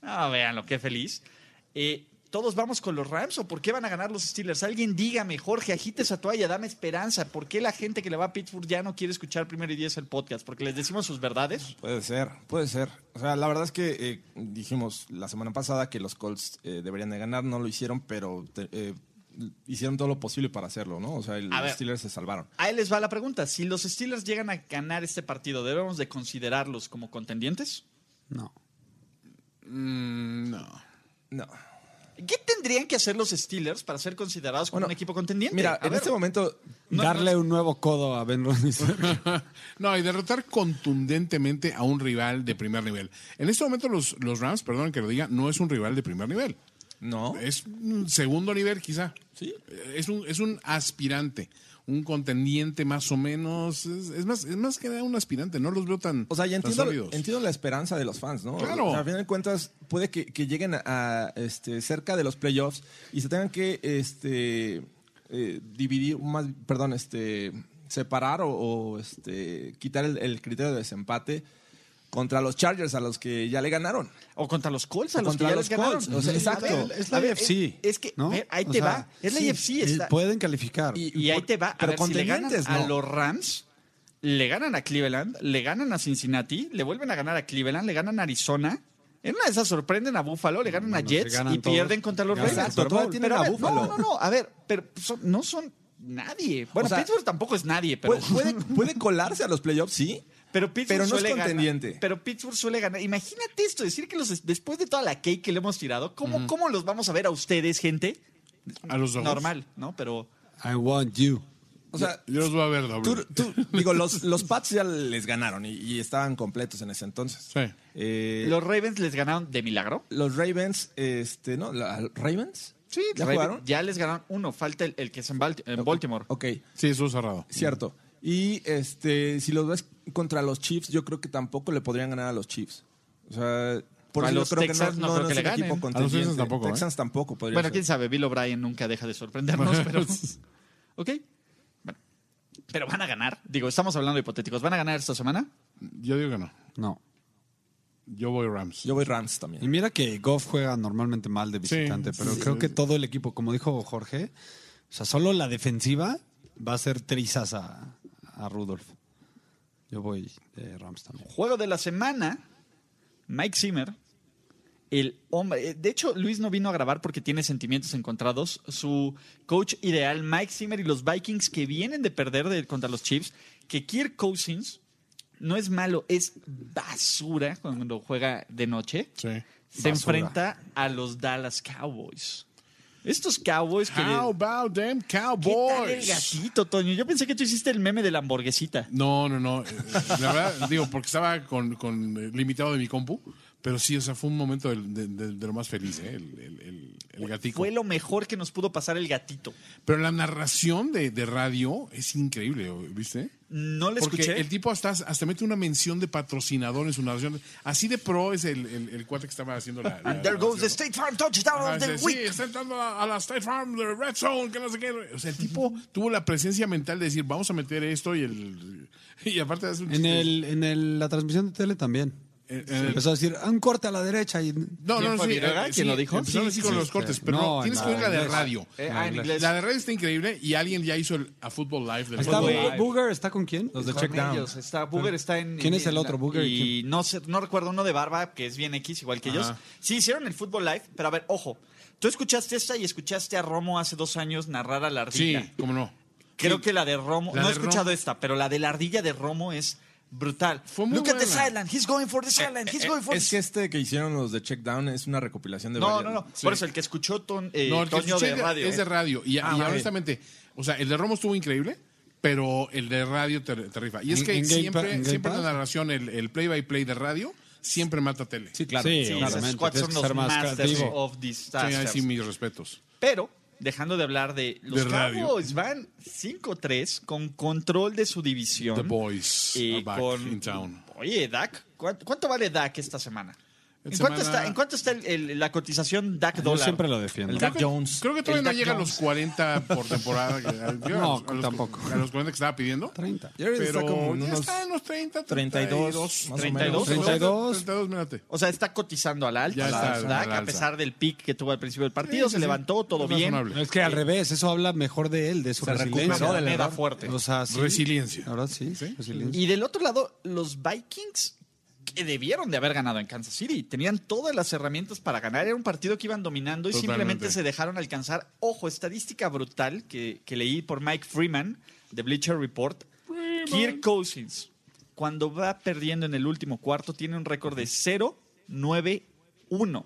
E: Ah, vean lo que feliz. Eh, ¿Todos vamos con los Rams o por qué van a ganar los Steelers? Alguien dígame, Jorge, agite esa toalla, dame esperanza. ¿Por qué la gente que le va a Pittsburgh ya no quiere escuchar primero y diez el podcast? ¿Porque les decimos sus verdades?
G: Puede ser, puede ser. O sea, la verdad es que eh, dijimos la semana pasada que los Colts eh, deberían de ganar, no lo hicieron, pero te- eh, hicieron todo lo posible para hacerlo, ¿no? O sea, el-
E: A
G: los
E: ver.
G: Steelers se salvaron.
E: Ahí les va la pregunta. Si los Steelers llegan a ganar este partido, ¿debemos de considerarlos como contendientes?
F: No.
E: Mm,
G: No.
E: ¿Qué tendrían que hacer los Steelers para ser considerados como
G: Bueno,
E: un equipo contendiente?
G: Mira,
E: A
G: en
E: ver,
G: este momento
E: No,
F: Darle un nuevo codo a Ben Roethlisberger.
B: No, y derrotar contundentemente a un rival de primer nivel. En este momento los, los Rams, perdón que lo diga, no es un rival de primer nivel.
G: no.
B: Es un segundo nivel quizá.
G: Sí.
B: Es un, es un aspirante, un contendiente más o menos. Es, es más, es más que nada un aspirante, no los veo tan,
G: O sea, ya
B: tan
G: entiendo,
B: sólidos.
G: entiendo la esperanza de los fans, ¿no?
B: Claro.
G: O sea, a final de cuentas, puede que, que lleguen a, a, este, cerca de los playoffs y se tengan que este, eh, dividir, más, perdón, este, separar o, o, este, quitar el, el criterio de desempate contra los Chargers a los que ya le ganaron.
E: O contra los Colts, a los
G: Contra
E: que ya les
G: los
E: ganaron.
G: Colts, o sea, exacto.
E: A ver,
F: Es la
E: a ver,
F: IFC,
E: Es, es que,
F: ¿no?
E: a ver, ahí
F: O
E: te
F: sea,
E: va. Es la
F: sí,
E: IFC.
F: y
E: Está,
F: Pueden calificar.
E: y ahí te va. A
G: eh, pero
E: ver, si le ganan
G: contendientes,
E: a
G: no.
E: los Rams, le ganan a Cleveland, le ganan a Cincinnati, le vuelven a ganar a Cleveland, le ganan a Arizona. En una de esas sorprenden a Buffalo, le ganan a
F: se
E: Jets
F: ganan
E: y
F: todos.
E: pierden contra los
F: Ganan
E: Ravens.
F: el Super
G: Bowl.
E: Pero
G: tienen
E: a
G: a
E: ver,
G: Buffalo.
E: No, no, no. A ver, pero son- no son nadie. Bueno,
G: O sea,
E: Pittsburgh tampoco es nadie, pero...
G: Puede, puede, puede colarse a los playoffs, sí.
E: Pero Pittsburgh
G: Pero no
E: suele
G: es
E: ganar.
G: contendiente.
E: pero Pittsburgh suele ganar. Imagínate esto, decir que los después de toda la cake que le hemos tirado, ¿cómo, cómo los vamos a ver a ustedes, gente?
B: A los dos.
E: Normal, ¿no? Pero
F: I want you.
G: O sea,
B: Yo los voy a ver doble.
G: Tú- tú- digo, los, los Pats ya les ganaron y, y estaban completos en ese entonces.
B: Sí.
G: Eh,
E: los Ravens les ganaron de milagro.
G: los Ravens, este, ¿no? La- ¿Ravens? ¿Ya
E: Raven-
G: jugaron?
E: Ya les ganaron uno, falta el, el que es en, Balti- en Baltimore.
G: Ok,
B: Sí, eso es cerrado.
G: cierto. Y este, si los ves contra los Chiefs, yo creo que tampoco le podrían ganar a los Chiefs. O sea, por
E: A
G: eso yo
E: los
G: creo
E: Texans
G: que
E: no
G: no,
E: creo que le
G: es un equipo
E: ganen.
G: contendiente.
B: A los Texans tampoco, ¿eh?
G: Texans tampoco podría
E: Bueno,
G: ser.
E: quién sabe, Bill O'Brien nunca deja de sorprendernos, pero. Ok. Bueno. Pero van a ganar. Digo, estamos hablando de hipotéticos. ¿Van a ganar esta semana?
B: Yo digo que no.
F: No.
B: Yo voy Rams.
G: Yo voy Rams
F: Y
G: también.
F: mira que Goff juega normalmente mal de visitante,
B: Sí,
F: pero
B: sí.
F: creo que todo el equipo, como dijo Jorge, o sea, solo la defensiva va a ser trizas a, a Rudolph. Yo voy de Rams también.
E: Juego de la semana, Mike Zimmer, el hombre. eh, De hecho, Luis no vino a grabar porque tiene sentimientos encontrados. Su coach ideal, Mike Zimmer, y los Vikings que vienen de perder de- contra los Chiefs, que Kirk Cousins no es malo, es basura cuando juega de noche.
B: Sí.
E: Se
F: Basura.
E: enfrenta a los Dallas Cowboys. Estos Cowboys que.
B: How about them
E: ¿Qué tal el
B: Cowboys?
E: gatito, Toño? Yo pensé que tú hiciste el meme de la hamburguesita.
B: No, no, no. Eh, La verdad, digo, porque estaba con, con, eh, limitado de mi compu. Pero sí, o sea, fue un momento del- de, de- de lo más feliz, ¿eh? El, el, el- el gatico.
E: Fue lo mejor que nos pudo pasar el gatito.
B: Pero la narración de, de radio es increíble, ¿viste?
E: No le
B: Porque
E: escuché.
B: el tipo hasta, hasta mete una mención de patrocinador en su narración. Así de pro es el, el, el cuate que estaba haciendo la. la-
E: There
B: la
E: goes the
B: narración.
E: State Farm touchdown
B: Ah,
E: of the
B: dice, sí,
E: week.
B: está entrando a, a la State Farm de Red Zone, que no sé qué. O sea, el tipo tuvo la presencia mental de decir, vamos a meter esto y el. Y aparte hace un
F: En,
B: chiste.
F: el, en el- la transmisión de tele también.
B: En-
F: Se
B: en el-
F: empezó a decir, "Ah, un corte a la derecha. Y...
B: No,
E: ¿Quién
B: no,
E: fue
B: sí,
E: Viruega?
B: eh,
E: ¿Quién
B: sí,
E: lo dijo?
B: Empezaron así con los cortes, pero no,
F: No,
B: tienes
F: no,
B: que oír la de
F: inglés.
B: radio.
E: Eh, ah, en inglés.
B: La de radio está increíble y alguien ya hizo el a Football Live del
F: ¿Está
B: fútbol.
F: Bu- Booger? ¿Está con quién?
G: Los de
E: Con
G: Check Down.
E: ellos, Está, Booger está en.
F: ¿Quién
E: en-
F: es el
E: en
F: otro,
E: la-
F: Booger?
E: Y no, sé, no recuerdo uno de Barba, que es bien X, igual que ellos.
B: Ajá.
E: Sí, hicieron el fútbol live, pero a ver, ojo. Tú escuchaste esta y escuchaste a Romo hace dos años narrar a la
B: Sí,
E: ardilla.
B: cómo no.
E: Creo
B: Sí.
E: que la de Romo.
B: La
E: no he
B: de
E: escuchado
B: Romo.
E: esta, pero la de la ardilla de Romo es brutal.
B: Fue muy
E: Look at the
B: buena.
E: sideline. He's going for the sideline. He's
G: Eh,
E: going for
G: es que
E: the
G: este que hicieron los de Check Down es una recopilación de
E: No,
G: varias-
E: no, no.
G: Sí.
E: Por eso el que escuchó ton, eh,
B: No, el que
E: Toño
B: escuché
E: de
B: de-
E: radio.
I: ¿eh?
E: eh.
B: es de radio. Y,
G: Ah,
B: y
G: ok.
B: honestamente, o sea, el de Romo estuvo increíble, pero el de radio te, te rifa. Y es
F: En-
B: que
F: en Game Pa- en
B: siempre,
F: Game
B: siempre la
F: Pass.
B: narración, el, el play by play de radio, siempre mata tele.
G: Sí, claro.
F: Sí,
E: Sí,
F: claramente,
E: esos cuatro
F: tienes
E: son
F: que ser
E: los
F: más
E: masters
F: creativo.
E: of
B: Sí, ahí
E: disasters.
B: sí, mis respetos.
E: Pero, dejando de hablar de los
B: De radio.
E: Cowboys, van 5-3 con control de su división.
B: The Boys
E: y
B: are back
E: con-
B: in town.
E: Oye, Dak, ¿cuánto, cuánto vale Dak esta semana? ¿En cuánto está, en cuánto está el- el- la cotización DAC
F: Yo
E: dólar?
F: siempre lo defiendo.
I: El Doug Jones.
B: Creo que
E: El
B: todavía no
E: Doc
B: llega a
E: Jones.
B: los 40 por temporada. que- a- yo
F: No,
B: a los- a los-
F: tampoco.
B: A los 40 que estaba pidiendo.
F: 30.
I: Yo creo que
B: Pero
I: está como en
B: ya
I: unos
B: está en los 30,
I: 32,
B: 32.
I: más
E: 32.
I: o menos.
F: 32.
B: 32, mírate.
E: O sea, está cotizando al alza.
B: Ya está,
E: el DAC,
B: al
E: a
B: alza.
E: pesar del pick que tuvo al principio del partido,
B: Sí, sí,
E: se
B: sí.
E: levantó, todo
B: Es
E: bien.
B: razonable.
F: Es que al revés, eso habla mejor de él, de su
E: Una
F: resiliencia.
E: moneda fuerte.
F: O sea, sí.
B: Resiliencia.
F: La verdad, sí. resiliencia.
E: Y del otro lado, los Vikings que debieron de haber ganado en Kansas City. Tenían todas las herramientas para ganar. Era un partido que iban dominando y
B: Totalmente.
E: simplemente se dejaron alcanzar. Ojo, estadística brutal que, que leí por Mike Freeman de Bleacher Report. Kirk Cousins, cuando va perdiendo en el último cuarto, tiene un récord de 0-9-1.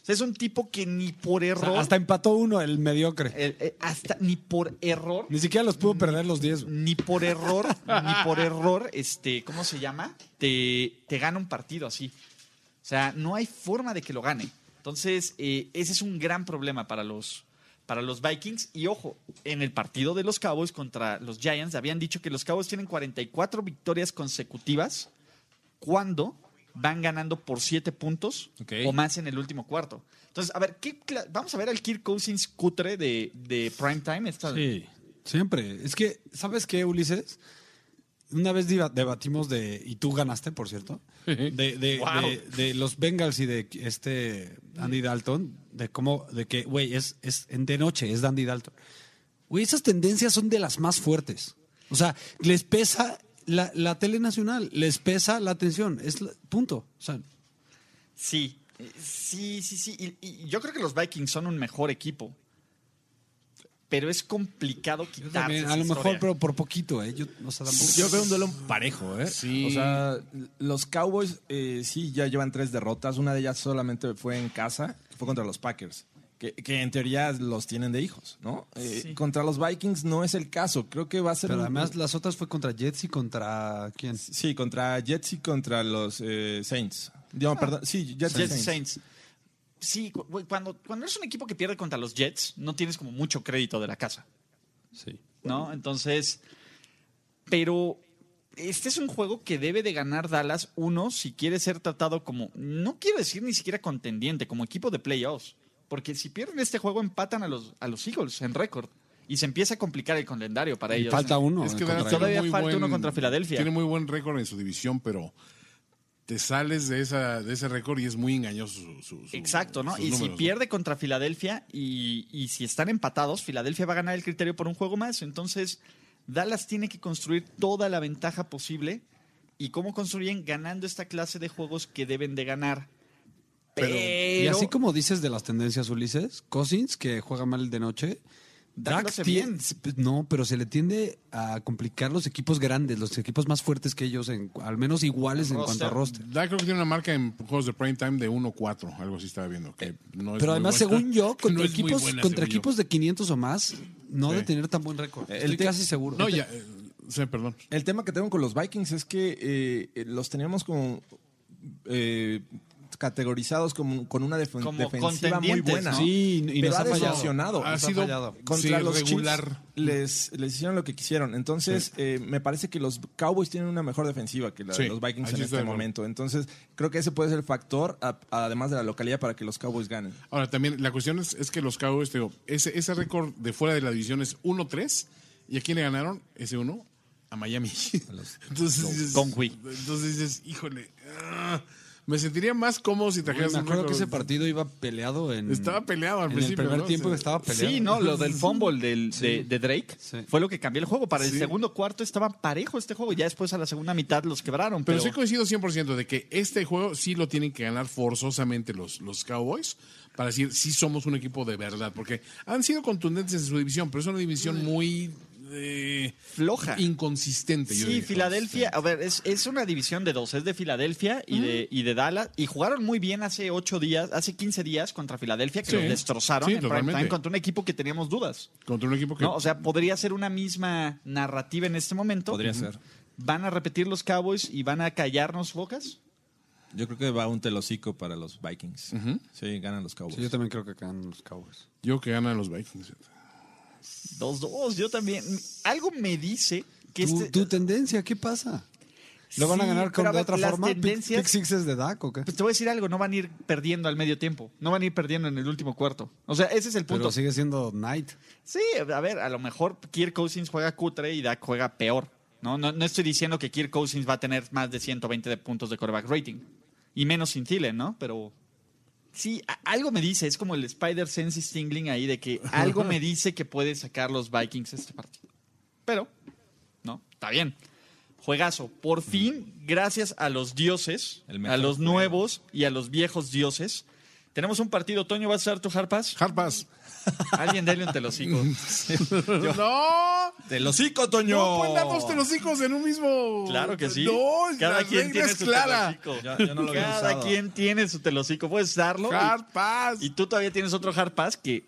E: O sea, es un tipo que ni por
F: O
E: error...
F: sea, hasta empató uno, el mediocre.
E: el- eh, hasta ni por error
F: Ni siquiera los pudo perder los 10. güey.
E: ni por error, ni por error, este, ¿cómo se llama? Te, te gana un partido así. O sea, no hay forma de que lo gane. Entonces, eh, ese es un gran problema para los, para los Vikings. Y ojo, en el partido de los Cowboys contra los Giants, habían dicho que los Cowboys tienen 44 victorias consecutivas cuando van ganando por 7 puntos
I: Ok.
E: o más en el último cuarto. Entonces, a ver, ¿qué cla- vamos a ver al Kirk Cousins cutre de, de primetime. Esta,
F: Sí, siempre. Es que, ¿sabes qué, Ulises? Una vez diva- debatimos de, y tú ganaste, por cierto, de, de-
E: Wow.
F: de- de los Bengals y de este Andy Dalton, de cómo, de que, güey, es, es en de noche, es de Andy Dalton. Güey, esas tendencias son de las más fuertes. O sea, les pesa la, la tele nacional, les pesa la atención, es la- punto. O sea,
E: Sí, eh, sí, sí, sí. Y, y yo creo que los Vikings son un mejor equipo. Pero es complicado quitarse.
F: también,
E: esa
F: a lo mejor,
E: Ah, pues historia.
F: pero por poquito, ¿eh? Yo, o sea, tampoco-
I: Yo veo un duelo parejo, ¿eh?
B: Sí.
I: O sea, los Cowboys eh, sí ya llevan tres derrotas. Una de ellas solamente fue en casa, que fue contra los Packers, que, que en teoría los tienen de hijos, ¿no? Eh,
E: Sí.
I: Contra los Vikings no es el caso. Creo que va a ser.
F: Pero
I: un-
F: además las otras fue contra Jets y contra quién.
I: Sí, contra Jets y contra los eh, Saints. Digo, perdón. Sí, Jets, y
E: Jets y
I: Saints.
E: Saints. Sí, cu- güey, cuando, cuando eres un equipo que pierde contra los Jets, no tienes como mucho crédito de la casa.
F: Sí.
E: ¿no? Entonces, pero este es un juego que debe de ganar Dallas uno si quiere ser tratado como, no quiero decir ni siquiera contendiente, como equipo de playoffs, porque si pierden este juego empatan a los, a los Eagles en récord y se empieza a complicar el calendario para ellos.
F: Falta uno.
B: Es que
F: en
B: Dallas tiene
F: contra-
E: Todavía
B: muy
E: falta uno contra Filadelfia.
B: Tiene muy buen récord en su división, pero te sales de, esa, de ese récord y es muy engañoso su. su- su-
E: Exacto, ¿no?
B: sus
E: Y si
B: números,
E: pierde contra Filadelfia y, y si están empatados, Filadelfia va a ganar el criterio por un juego más. Entonces, Dallas tiene que construir toda la ventaja posible. ¿Y cómo construyen? Ganando esta clase de juegos que deben de ganar. Pero,
F: Y así como dices de las tendencias, Ulises, Cousins, que juega mal de noche.
E: Dak lo
F: Dak
E: hace
F: tien-
E: bien.
F: no, pero se le tiende a complicar los equipos grandes, los equipos más fuertes que ellos, en, al menos iguales en
E: Roster.
F: cuanto a roster.
B: Da creo que tiene una marca en juegos de prime time de 1-4, algo así estaba viendo.
E: Eh,
B: Que no es muy
F: Pero
B: buena.
F: además, según yo,
B: Que no
F: contra
B: es muy
F: equipos
B: buena,
F: contra
B: según yo.
F: equipos de 500 o más, no
B: Sí.
F: de tener tan buen récord. Estoy
I: te-
F: casi seguro.
B: No, ya. eh, sí, perdón.
I: El tema que tengo con los Vikings es que eh, eh, los teníamos como eh, categorizados como, con una defen-
E: Como
I: defensiva muy
E: contendientes,
I: buena.
E: ¿no?
F: Sí, y
I: pero
F: nos
I: ha
F: ha fallado.
I: decepcionado.
B: Ha
I: Nos
B: sido
I: fallado. contra
B: sí,
I: los
B: regular.
I: Chiefs, les, les hicieron lo que quisieron. Entonces, eh, me parece que los Cowboys tienen una mejor defensiva que la de
B: Sí,
I: los Vikings
B: ahí
I: en
B: sí estoy
I: este
B: de acuerdo.
I: momento. Entonces, creo que ese puede ser el factor, a- además de la localidad, para que los Cowboys ganen.
B: Ahora, también la cuestión es, es que los Cowboys, te digo, ese, ese récord de fuera de la división es 1-3. ¿Y a quién le ganaron ese 1? A Miami. entonces, dices,
E: Con Hui.
B: entonces dices, híjole, ah, me sentiría más cómodo si
F: Güey,
B: trajeras
F: me
B: un
F: acuerdo
B: récord.
F: que ese partido iba peleado en.
B: Estaba peleado al
F: en
B: principio,
F: el primer
B: ¿no?
F: tiempo
B: Sí.
F: estaba peleado.
E: Sí, no, lo del fumble del- de, de Drake
F: Sí.
E: fue lo que cambió el juego. Para el
B: Sí.
E: segundo cuarto estaba parejo este juego y ya después a la segunda mitad los quebraron.
B: Pero
E: Pero,
B: sí coincido 100% de que este juego sí lo tienen que ganar forzosamente los, los Cowboys para decir sí somos un equipo de verdad, porque han sido contundentes en su división, pero es una división muy eh,
E: floja.
B: inconsistente. yo este,
E: Sí,
B: diría.
E: Filadelfia, a ver, es, es una división de dos, es de Filadelfia y, de, y de Dallas, y jugaron muy bien hace ocho días, hace 15 días contra Filadelfia, que
B: Sí.
E: los destrozaron
B: Sí,
E: en prime
B: totalmente.
E: time contra un equipo que teníamos dudas.
B: Contra un equipo que...
E: ¿no? O sea, podría ser una misma narrativa en este momento.
I: Podría ser.
E: ¿Van a repetir los Cowboys y van a callarnos bocas?
I: Yo creo que va un telocico para los Vikings. Sí, ganan los Cowboys.
F: Sí, yo también creo que ganan los Cowboys.
B: Yo que ganan los Vikings.
E: Dos, dos, yo también. Algo me dice que
F: Tu,
E: este...
F: tu tendencia, ¿qué pasa? ¿Lo van a
E: Sí,
F: ganar con,
E: pero a
F: de
E: ver,
F: otra
E: las
F: forma? ¿Pick-
E: tendencias-
F: ¿Pick sixes de Dak o qué?
E: Pues te voy a decir algo, no van a ir perdiendo al medio tiempo, no van a ir perdiendo en el último cuarto. O sea, ese es el punto.
F: Pero sigue siendo Knight.
E: Sí, a ver, a lo mejor Kirk Cousins juega cutre y Dak juega peor. No, no, no estoy diciendo que Kirk Cousins va a tener más de 120 de puntos de quarterback rating. Y menos sin Thielen, ¿no? Pero sí, a- algo me dice, es como el Spider Sense Stingling ahí de que algo me dice que puede sacar los Vikings este partido. Pero, no, está bien. Juegazo. Por fin, gracias a los dioses,
J: El mejor
E: a los
J: juego.
E: nuevos y a los viejos dioses, tenemos un partido. Toño, ¿vas a usar tu harpas?
B: Harpas.
E: Alguien dale un telocico.
B: ¡No!
J: ¡Te lo cico, Toño!
B: No pues, pueden dar dos hijos en un mismo.
E: Claro que sí.
B: No,
E: cada
B: la regla
E: quien tiene
B: es
E: su
B: clara.
E: telocico.
J: Yo- yo no lo había
E: cada
J: usado.
E: quien tiene su telocico. Puedes darlo. y-
B: Harpas.
E: Y, tú todavía tienes otro hard pass que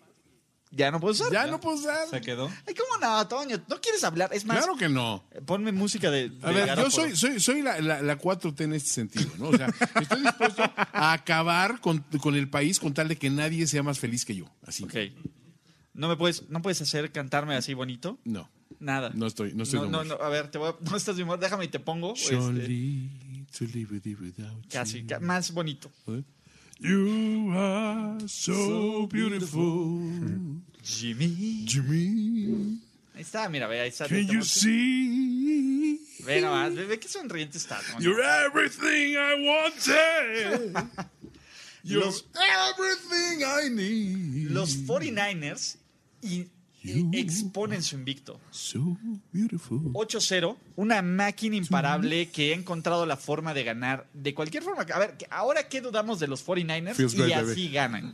E: ya no puedes usar.
B: Ya no puedo usar.
J: ¿Se quedó?
E: Ay, ¿cómo no, Toño? ¿No quieres hablar? Es más,
B: Claro que no.
E: ponme música de.
B: A ver, yo soy, soy, soy la, la, la 4T en este sentido, ¿no? O sea, estoy dispuesto a acabar con, con el país con tal de que nadie sea más feliz que yo. Así.
E: Ok. ¿No me puedes, no puedes hacer cantarme así bonito?
B: No.
E: Nada.
B: No estoy- no estoy de
E: no,
B: humor.
E: no, a ver, te voy a- no estás de humor, déjame y te pongo. este,
B: Surely to live with you without you.
E: casi, ca- más bonito.
B: You are so
E: Mm.
B: beautiful.
E: Jimmy.
B: Jimmy,
E: Ahí está, mira, ve, ahí está.
B: can
E: te-
B: you see?
E: Ve nomás, ve, ve qué sonriente está. Toño.
B: You're everything I wanted. You're
E: Los-
B: everything I need.
E: Los 49ers y- y exponen su invicto.
B: So beautiful.
E: 8-0, una máquina imparable que ha encontrado la forma de ganar de cualquier forma. A ver, que- ahora qué dudamos de los 49ers
B: Feels
E: y
B: bad,
E: así
B: baby.
E: ganan.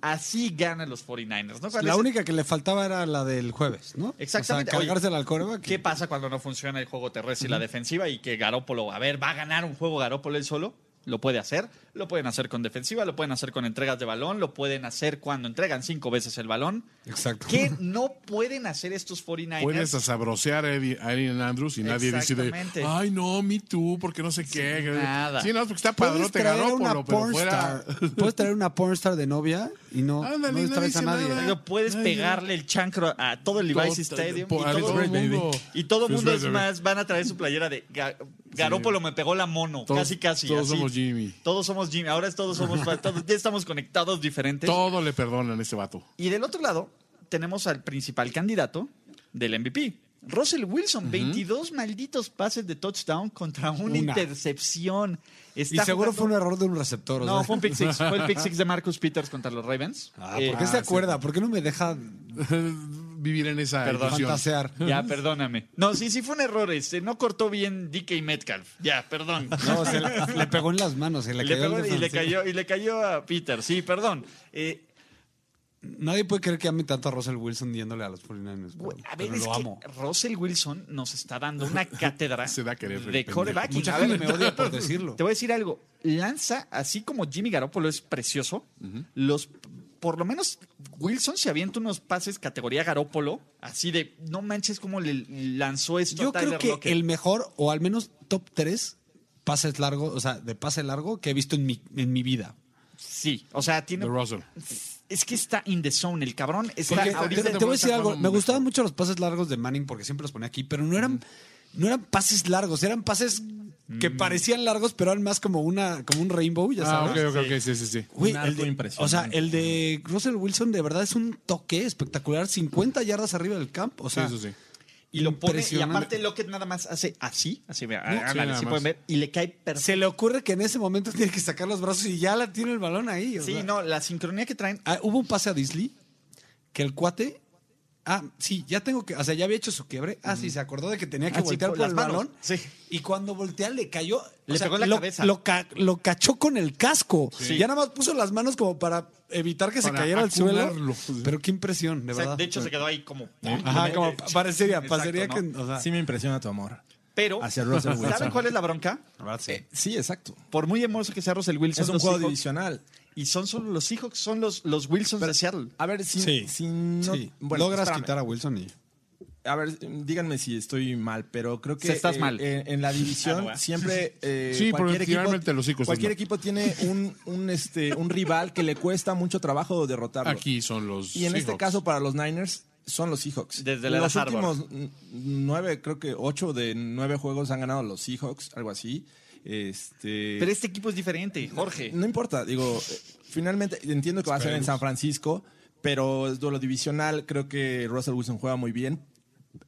E: Así ganan los 49ers. ¿no?
F: La
E: Parece-
F: única que le faltaba era la del jueves, ¿no?
E: Exactamente.
F: O sea, cargársela al coreback.
E: ¿Qué pasa cuando no funciona el juego terrestre y la defensiva y que Garópolo, a ver, va a ganar un juego Garópolo él solo? Lo puede hacer, lo pueden hacer con defensiva, lo pueden hacer con entregas de balón, lo pueden hacer cuando entregan cinco veces el balón.
F: Exacto.
E: ¿Qué no pueden hacer estos 49ers?
B: Puedes asabrocear a Eddie- a Erin Andrews y nadie dice
E: Exactamente.
B: de, ay no, me too, porque no sé qué.
E: nada.
B: Sí, no, porque está
F: Puedes
B: padrote
F: traer,
B: Garópolo,
F: una
B: pero fuera.
F: pornstar, puedes traer una pornstar de novia y no,
B: Ándale,
F: no
B: no
F: distraes a
B: dice
F: nadie.
B: nada.
E: Digo, Puedes
B: Ay,
E: pegarle el chancro a todo el Levi's Stadium y
B: po- a Pues
E: todo,
B: todo el mundo.
E: y todo
B: Feels
E: mundo es
B: better.
E: más, van a traer su playera de Ga- Garópolo me pegó la mono,
B: Todos-
E: casi casi.
B: Todos
E: así.
B: somos Jimmy.
E: Todos somos Jimmy, ahora es todos somos, todos, ya estamos conectados diferentes.
B: Todo le perdonan a este vato.
E: Y del otro lado tenemos al principal candidato del MVP. Russell Wilson, 22 malditos pases de touchdown contra una,
F: Una.
E: intercepción. Está
F: Y seguro
E: jugando-
F: fue un error de un receptor. o
E: No,
F: sea.
E: fue un pick six. Fue el pick six de Marcus Peters contra los Ravens.
F: Ah,
E: Eh,
F: ¿Por qué se acuerda? ¿Por qué no me deja
B: Vivir en esa
E: Perdón.
B: ilusión.
F: fantasear?
E: Ya, perdóname. No, sí, sí fue un error este. No cortó bien DK Metcalf. Ya, perdón.
F: No, se le, le pegó en las manos y le,
E: Le
F: cayó al
E: pegó y le
F: defensivo.
E: cayó, y le cayó a Peter. Sí, perdón. Eh,
F: Nadie puede creer que ame tanto a Russell Wilson yéndole a los 49ers. Pero,
E: güey, a ver,
F: pero
E: es
F: lo amo.
E: que Russell Wilson nos está dando una cátedra
B: Se da a querer, el
E: de
B: pendejo.
E: coreback.
F: Mucha gente me odia por decirlo.
E: Te voy a decir algo. Lanza, así como Jimmy Garoppolo es precioso, los por lo menos Wilson se avienta unos pases categoría Garoppolo, así de no manches cómo le lanzó esto
F: Yo
E: a Tyler
F: creo que
E: Lockett.
F: el mejor, o al menos top 3 pases largos, o sea, de pase largo que he visto en mi, en mi vida.
E: sí, o sea, tiene
B: De Russell.
E: es que está in the zone el cabrón, está
F: Porque
E: ahorita
F: te, te voy a decir algo, me gustaban mucho los pases largos de Manning porque siempre los ponía aquí, pero no eran, no eran pases largos, eran pases que parecían largos, pero eran más como una, como un rainbow, ya
B: Mm. Ah,
F: sabes.
B: ok, ok, ok, sí, sí, sí.
F: Güey,
J: Un
F: el
J: arco
F: de-
J: impresionante.
F: o sea, el de Russell Wilson de verdad es un toque espectacular, 50 yardas arriba del campo. O
B: Sí,
F: sea,
B: eso sí.
E: y lo pone y
F: impresionante.
E: aparte Lockett nada más hace así, así mira,
B: Sí,
E: hágale,
B: nada
E: sí
B: más.
E: pueden ver y le cae perfecto.
F: se le ocurre que en ese momento tiene que sacar los brazos y ya la tiene el balón ahí. o
E: Sí,
F: sea.
E: no, la sincronía que traen
F: Ah, hubo un pase a Disley que el cuate. Ah, sí, ya tengo que. O sea, ya había hecho su quiebre. Ah, sí, se acordó de que tenía que
E: Ah, sí,
F: voltear
E: por
F: por
E: las
F: el
E: manos.
F: balón.
E: Sí.
F: Y cuando voltea le cayó.
E: Le
F: o sea,
E: pegó en la
F: lo,
E: cabeza.
F: Lo, ca- lo cachó con el casco.
E: Sí.
F: Ya nada más puso las manos como para evitar que se
B: Para
F: cayera al suelo.
B: acularlo. Sí.
F: Pero qué impresión, de
E: O sea,
F: verdad.
E: de hecho, se quedó ahí como.
F: Ajá, como pa- parecería,
E: Exacto,
F: parecería
E: ¿no?
F: que. O sea,
J: Sí me impresiona tu amor.
E: Pero,
J: Hacia Russell Wilson.
E: ¿saben cuál es la bronca?
J: Sí, exacto.
E: Por muy hermoso que sea Russell Wilson,
J: Es un
E: los
J: juego
E: Seahawks-
J: divisional.
E: y son solo los Seahawks, son los, los Wilsons de Seattle.
F: ah,
J: A ver, si,
F: Sí.
J: si no-
F: sí.
J: bueno,
F: Logras
J: espérame.
F: quitar a Wilson y.
J: A ver, díganme si estoy mal, pero creo que
E: Si estás
J: eh,
E: mal. Ah,
J: En, en la división siempre eh,
B: Sí, por
J: cualquier,
B: tirarme el
J: equipo,
B: telocico, estás
J: cualquier
B: mal.
J: equipo tiene un, un, este, un rival que le cuesta mucho trabajo derrotarlo.
B: Aquí son los.
J: Y en este
B: Seahawks.
G: pues,
J: caso para los Niners
G: son los Seahawks.
E: Desde la
G: los
E: era Harbaugh.
G: últimos n- nueve, creo que ocho de nueve juegos han ganado los Seahawks, algo así. Este,
E: Pero este equipo es diferente, Jorge.
G: No importa, digo, eh, finalmente entiendo que va a ser en San Francisco, pero es duelo divisional, creo que Russell Wilson juega muy bien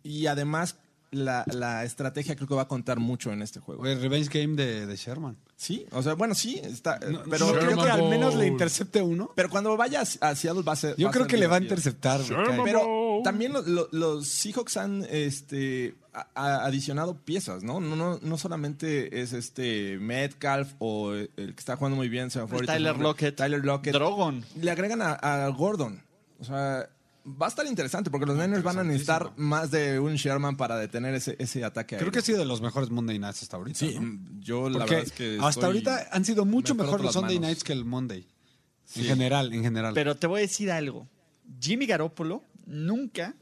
G: y además la, la estrategia creo que va a contar mucho en este juego.
F: Güey, Revenge Game de, de Sherman.
G: Sí, o sea, bueno, sí, está, eh, pero
F: Yo creo
G: creo
F: que
G: que
F: al menos le
B: Bowl.
F: intercepte uno.
G: pero cuando vaya a a Seattle va a ser.
F: Yo
G: va a
F: creo
G: ser
F: que le va a
G: divertido.
F: interceptar. güey,
B: Sherman.
F: cae.
G: Pero también lo- lo- los Seahawks han este, a- a- adicionado piezas, ¿no? No, no, no solamente es este Metcalf o el que está jugando muy bien, se me fue ahorita su
E: Tyler
G: nombre.
E: Lockett.
G: Tyler Lockett.
E: Drogon.
G: Le agregan a, a Gordon. O sea, va a estar interesante porque los Niners van a necesitar más de un Sherman para detener ese, ese ataque.
F: Creo que
G: aéreo.
F: ha sido de los mejores Monday Nights hasta ahorita.
G: Sí,
F: ¿no?
G: yo la
F: Porque
G: verdad es que.
F: hasta
G: estoy-
F: ahorita han sido mucho
G: me
F: mejor
G: froto
F: los
G: las
F: Sunday
G: manos.
F: Nights que el Monday. En general, en general.
E: Pero te voy a decir algo. Jimmy Garoppolo nunca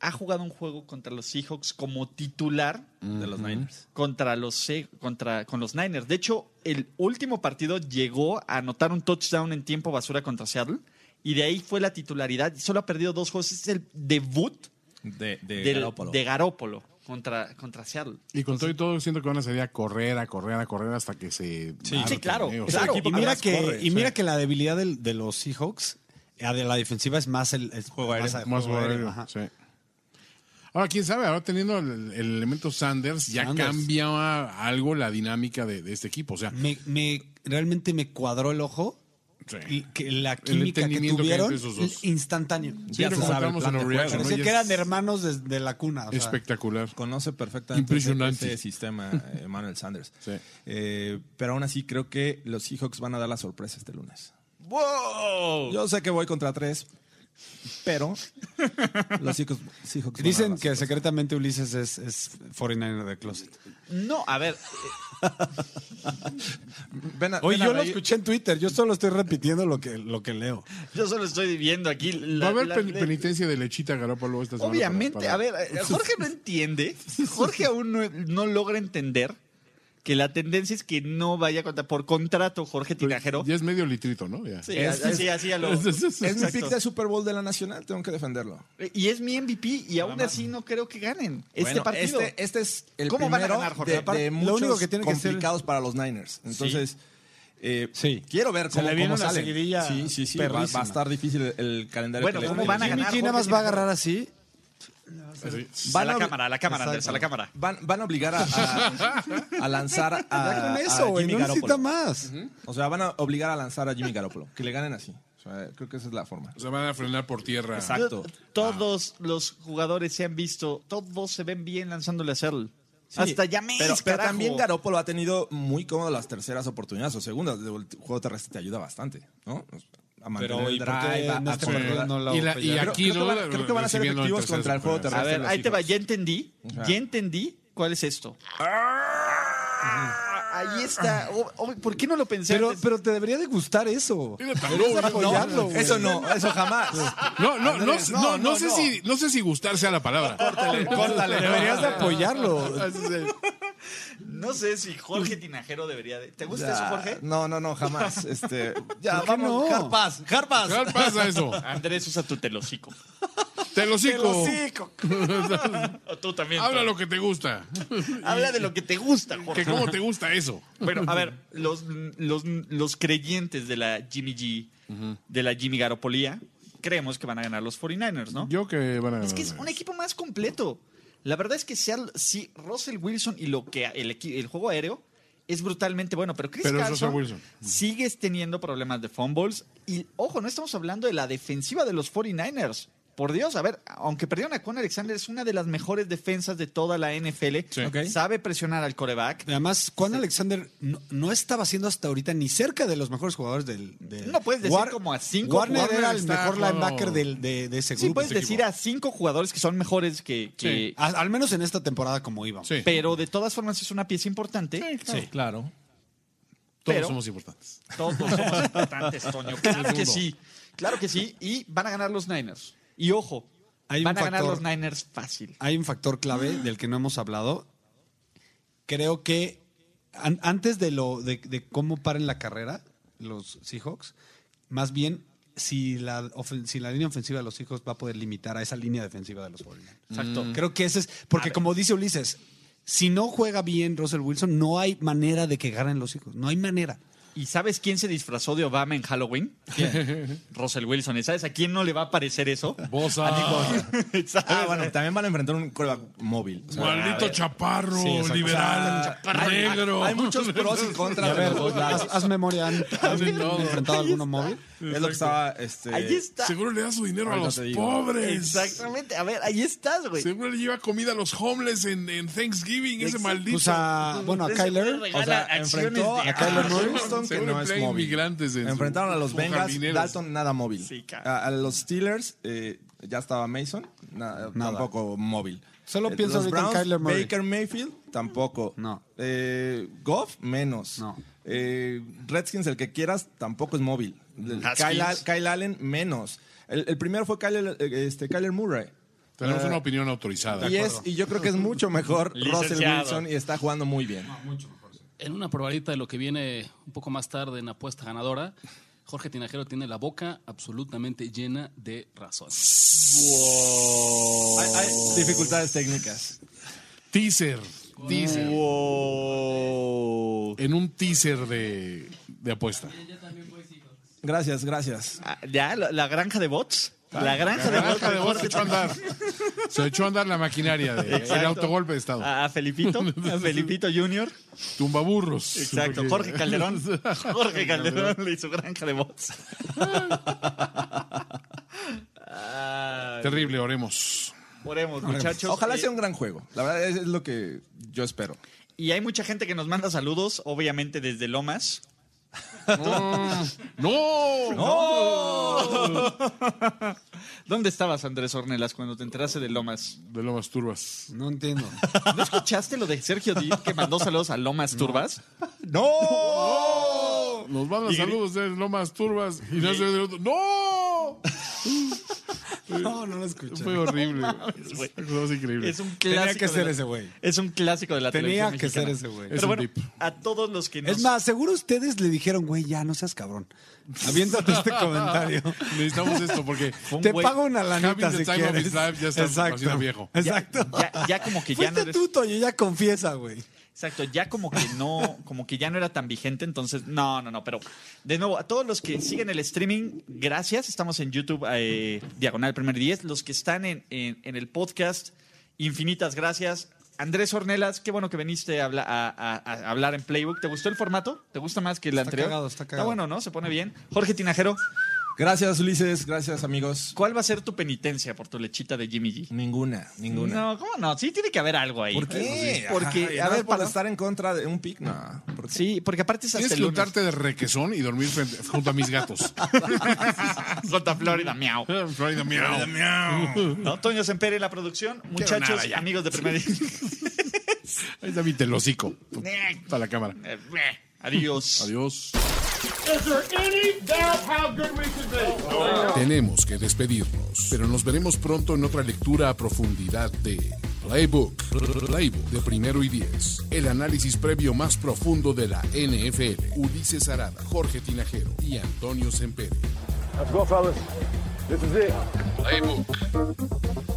E: ha jugado un juego contra los Seahawks como titular
G: De los Niners.
E: contra los Se- contra con los Niners. De hecho, el último partido llegó a anotar un touchdown en tiempo basura contra Seattle y de ahí fue la titularidad. Solo ha perdido dos juegos. Este es el debut
G: De, de
E: del-
G: Garoppolo.
E: de Garópolo contra, contra Seattle.
B: Y con todo y todo, siento que van a salir a correr, a correr, a correr hasta que se.
E: Sí,
B: harten,
E: claro,
B: ¿eh? O
E: es
B: sea,
E: el
F: y
E: equipo
F: mira
E: más
F: que,
E: corre,
F: y mira que la debilidad del- de los Seahawks, eh, de la defensiva, es más el, el juego aéreo.
B: más
F: juego aéreo,
B: aéreo,
F: ajá.
B: sí. Ahora, quién sabe, ahora teniendo el, el elemento Sanders, ya
F: Sanders.
B: cambia algo la dinámica de, de este equipo. O sea,
F: Me, me- realmente me cuadró el ojo
B: sí.
F: y que la química que
B: entendimiento que hay
F: tuvieron
B: entre esos dos.
F: instantáneo.
B: Sí, lo comentamos en Overreaction, ¿no?
F: Parecía
B: Y
F: que
B: es
F: eran hermanos desde la cuna. o sea.
B: espectacular.
G: Conoce perfectamente
B: Impresionante.
G: ese ese sistema eh, Manuel Sanders.
B: Sí.
G: Eh, pero aún así creo que los Seahawks van a dar la sorpresa este lunes.
E: ¡Wow!
G: Yo sé que voy contra tres, pero los Seahawks, Seahawks van a
F: Dicen
G: dar la
F: que
G: sorpresa.
F: secretamente Ulises es, es 49er de closet.
E: No, a ver,
G: Ven a-
F: Oye,
G: ven a
F: yo lo
G: reír.
F: escuché en Twitter, yo solo estoy repitiendo lo que, lo que leo.
E: yo solo estoy viendo aquí.
B: Va
E: la-
B: a haber
E: la-
B: pen-
E: la-
B: penitencia de lechita Garópolo esta semana.
E: Obviamente,
B: para-
E: pues a
B: para-
E: ver, eh, Jorge no entiende, Jorge aún no, no logra entender que la tendencia es que no vaya contra, por contrato Jorge Tinajero.
B: Ya es medio litrito, ¿no? Ya.
E: Sí, así, así a lo-
G: Es mi
E: Exacto.
G: pick de Super Bowl de la Nacional, tengo que defenderlo.
E: Y es mi MVP y aún así no creo que ganen este
G: Bueno,
E: partido.
G: Este, este es el
E: ¿Cómo van a
G: primero
E: ganar, Jorge?
G: de-
E: Aparte,
G: de,
E: lo
G: muchos
F: único que tiene que ser-
G: complicados para los Niners. Entonces, eh,
F: Sí.
G: quiero ver
F: Se
G: cómo,
F: le viene
G: cómo
F: una
G: salen.
F: seguidilla
G: Sí, sí, sí. va- Va,
F: perrísima.
G: a estar difícil el, el calendario.
E: Bueno,
G: que les
E: ¿cómo
G: viene.
E: van a
F: Jimmy
E: ganar,
F: G nada más
E: Jorge
F: va a agarrar así.
B: Así.
E: a
G: van
E: la
G: a-
E: cámara, a la cámara, Andrés, a la cámara.
G: Van, van a obligar a, a- a lanzar a,
F: Ya con
G: a
F: eso, güey,
G: Jimmy
F: no necesita
G: Garoppolo.
F: más.
G: O sea, van a obligar a lanzar a Jimmy Garoppolo. Que le ganen así. O sea, creo que esa es la forma.
B: O sea, van a frenar por tierra.
G: Exacto.
E: Todos los jugadores se han visto, todos se ven bien lanzándole a Seattle.
G: Sí,
E: Hasta Yameis,
G: pero, pero
E: carajo.
G: también Garoppolo ha tenido muy cómodo las terceras oportunidades o segundas. Digo, El juego terrestre te ayuda bastante, ¿no? A mantener
F: Pero,
G: el
F: ¿y por qué
G: drive, a-
F: en
G: a
F: este
G: poner-
F: partido no la
B: Y la- y
F: apoyaron?
G: Creo-
B: aquí
G: creo, que van,
B: lo-
G: creo que van a ser
B: recibiendo
G: efectivos
B: terceras
G: contra el juego
B: oportunidades.
G: terrestre.
E: A ver,
G: los
E: ahí te va,
G: Seahawks.
E: ya entendí,
G: Ajá.
E: ya entendí cuál es esto. Ah, Ahí está. Oh, oh, ¿Por qué no lo pensé?
F: Pero,
E: antes?
F: pero te debería de gustar eso.
B: Mira, tan-
F: Deberías de apoyarlo, güey.
G: Eso no, eso jamás.
B: No, no, no, no,
G: Andrés,
B: no,
G: no, no,
B: sé
G: no.
B: si, no sé si gustar sea la palabra. Ah,
G: Córtale.
F: Deberías de apoyarlo.
E: No sé si Jorge Tinajero debería de. ¿Te gusta eso,
G: Ya,
E: Jorge?
G: No, no, no, jamás. Este, ya,
F: ¿Por qué
G: vamos,
F: no?
G: hard pass, hard pass.
B: ¿Qué pasa eso?
E: Andrés, usa tu telocico.
B: Te lo cico.
E: O tú también.
B: Habla
E: Pablo.
B: lo que te gusta.
E: Habla de lo que te gusta,
B: Que
E: Jorge.
B: cómo te gusta eso.
E: Bueno, a ver, los, los, los creyentes de la Jimmy G, de la Jimmy Garopolía, creemos que van a ganar los 49ers, ¿no?
B: Yo que van a ganar.
E: Es que es un equipo más completo. La verdad es que Seattle, sí, Russell Wilson y lo que el, equi- el juego aéreo es brutalmente bueno, pero Chris
B: Pero es
E: Carson
B: Russell Wilson.
E: sigues teniendo problemas de fumbles y ojo, no estamos hablando de la defensiva de los 49ers. Por Dios, a ver, aunque perdieron a Con Alexander, es una de las mejores defensas de toda la NFL.
B: Sí.
G: Ok.
E: Sabe presionar al coreback.
F: Además, Juan Alexander no, no estaba siendo hasta ahorita ni cerca de los mejores jugadores del. del-
E: No puedes decir como a cinco
F: Warner,
B: jugadores.
F: era el
B: Está
F: mejor
B: jugando-
F: linebacker del- de, de ese grupo.
E: Sí, puedes
B: este
E: decir
B: equipo.
E: a cinco jugadores que son mejores que. que-
F: A- al menos en esta temporada, como íbamos.
B: Sí,
E: Pero de todas formas es una pieza importante.
G: Sí, claro.
B: todos
E: pero-
B: somos importantes.
E: Todos somos importantes, Toño. Claro que sí. Claro que sí. Y van a ganar los Niners. Y ojo,
F: Hay un
E: van a ganar
F: factor.
E: los Niners fácil.
F: Hay un factor clave del que no hemos hablado. Creo que an- antes de lo de, de cómo paren la carrera los Seahawks, más bien si la, ofen- si la línea ofensiva de los hijos va a poder limitar a esa línea defensiva de los 49ers.
E: Exacto.
F: Creo que ese es, porque como dice Ulises, si no juega bien Russell Wilson, no hay manera de que ganen los hijos. No hay manera.
E: ¿Y sabes quién se disfrazó de Obama en Halloween? Russell Wilson. ¿Y sabes a quién no le va a parecer eso?
B: Bosa.
E: ¿Sabes?
G: Ah, bueno, también van a enfrentar un coreback móvil. O sea,
B: Maldito chaparro, liberal, negro.
G: hay muchos pros y
F: A
G: contras de
F: ver,
G: los dos lados.
F: haz, haz memoria. ¿Han, han enfrentado alguno móvil?
G: Es lo que estaba. Este,
E: Ahí está.
B: Seguro le da su dinero a
G: Ahorita
B: los
G: te digo.
B: pobres.
E: Exactamente. A ver, ahí estás, güey.
B: Seguro le lleva comida a los homeless en, en Thanksgiving, ese maldito.
F: Pues a, bueno, a
E: Ese güey
F: Kyler.
E: regala
G: O sea,
E: acciones
G: enfrentó
E: de- ah,
G: a Kyler Murray, que
B: Seguro
G: no es
B: play
G: móvil.
B: inmigrantes en su-
G: Enfrentaron a los
B: como
G: Bengals,
B: jardineros.
G: Dalton nada móvil.
E: Sí, cabrón.
G: a, a los Steelers eh, ya estaba Mason, na- tampoco móvil.
F: Solo
G: Eh,
F: pienso
G: los
F: ahorita en
G: Browns,
F: Kyler Murray.
G: Baker Mayfield tampoco.
F: No.
G: Eh, Goff menos.
F: No.
G: Eh, Redskins el que quieras tampoco es móvil. El Kyle, Al- Kyle Allen menos. El, el primero fue Kyler, eh, este, Kyler Murray.
B: Tenemos
E: Ah.
B: una opinión autorizada.
G: Y, es, y yo creo que es mucho mejor Russell
E: Licenciado.
G: Wilson y está jugando muy bien.
K: En una probadita de lo que viene un poco más tarde en apuesta ganadora, Jorge Tinajero tiene la boca absolutamente llena de razón.
G: Hay, hay dificultades técnicas.
B: Teaser. Teaser. En un teaser de, de apuesta.
G: Gracias, gracias.
E: Ah, ¿Ya? ¿La, la granja de bots? La granja de bots.
B: Arranca de voz,
E: mejor
B: se
E: que
B: echó a andar. Se echó a andar la maquinaria de el autogolpe de Estado.
E: A, a Felipito, a Felipito Junior.
B: Tumbaburros.
E: Exacto,
B: Porque-
E: Jorge Calderón. Jorge Calderón le hizo granja de bots. Ah,
B: Terrible, oremos.
E: oremos, muchachos.
G: Ojalá
E: Eh,
G: sea un gran juego. La verdad es, es lo que yo espero.
E: Y hay mucha gente que nos manda saludos, obviamente desde Lomas.
B: ¡No!
E: ¿Dónde estabas, Andrés Ornelas, cuando te enteraste de Lomas?
B: De Lomas Turbas.
F: No entiendo.
E: ¿No escuchaste lo de Sergio Díaz que mandó saludos a Lomas Turbas?
G: ¡No!
B: Nos mandan
E: Y-
B: saludos de Lomas Turbas. Y no se ve del otro. ¡No!
F: No, no lo escuché.
B: Fue horrible.
E: güey.
B: Fue una cosa increíble.
E: Es un clásico.
F: Tenía que
E: de
F: ser
E: la-
F: ese güey.
E: Es un clásico de la
F: Tenía
E: televisión
F: que ser
E: mexicana.
F: ese güey.
B: Es
E: Pero
B: un
E: bueno,
B: dip.
E: a todos los que nos...
F: Es más, seguro ustedes le dijeron, güey, ya no seas cabrón. Aviéntate este comentario.
B: Necesitamos esto porque.
F: Te
E: güey.
F: pago una lanita
B: Having the
F: si
B: time of
F: quieres.
B: his life, ya está haciendo viejo.
F: Exacto.
E: Ya, ya como que ya no
F: Fuiste
E: eres-
F: tú, Toño, ya confiesa, güey.
E: Exacto, ya como que no, como que ya no era tan vigente, entonces, no, no, no, pero de nuevo, a todos los que siguen el streaming, gracias, estamos en YouTube, eh, Diagonal Primer 10, los que están en, en- en el podcast, infinitas gracias. Andrés Ornelas, qué bueno que viniste a, habla- a- a- a hablar en Playbook, ¿te gustó el formato? ¿Te gusta más que el anterior?
F: cagado, está cagado.
E: bueno, ¿no? Se pone bien. Jorge Tinajero,
G: Gracias, Ulises. Gracias, amigos.
E: ¿cuál va a ser tu penitencia por tu lechita de Jimmy G?
G: Ninguna, ninguna.
E: No, ¿cómo no? Sí tiene que haber algo ahí.
G: ¿Por qué?
E: Porque,
G: Ay,
E: a
G: nada
E: ver,
G: más para
E: para-
G: estar en contra de un pick, no. ¿Por qué?
E: Sí, porque aparte es hasta
B: Tienes que
E: el lunes.
B: untarte de requesón y dormir frente- junto a mis gatos.
E: Contra Florida, miau.
B: Florida miau.
E: ¿No? Toño Sempere en la producción. Muchachos, amigos de primer
B: Ahí está mi telocico. Para la cámara.
E: Eh, Adiós.
B: Adiós.
C: Is there any doubt how good we could be?
L: Tenemos que despedirnos, pero nos veremos pronto en otra lectura a profundidad de Playbook. Playbook de primero y diez. El análisis previo más profundo de la NFL. Ulises Arada, Jorge Tinajero y Antonio Sempere.
C: Let's go, fellas. This is it.
L: Playbook.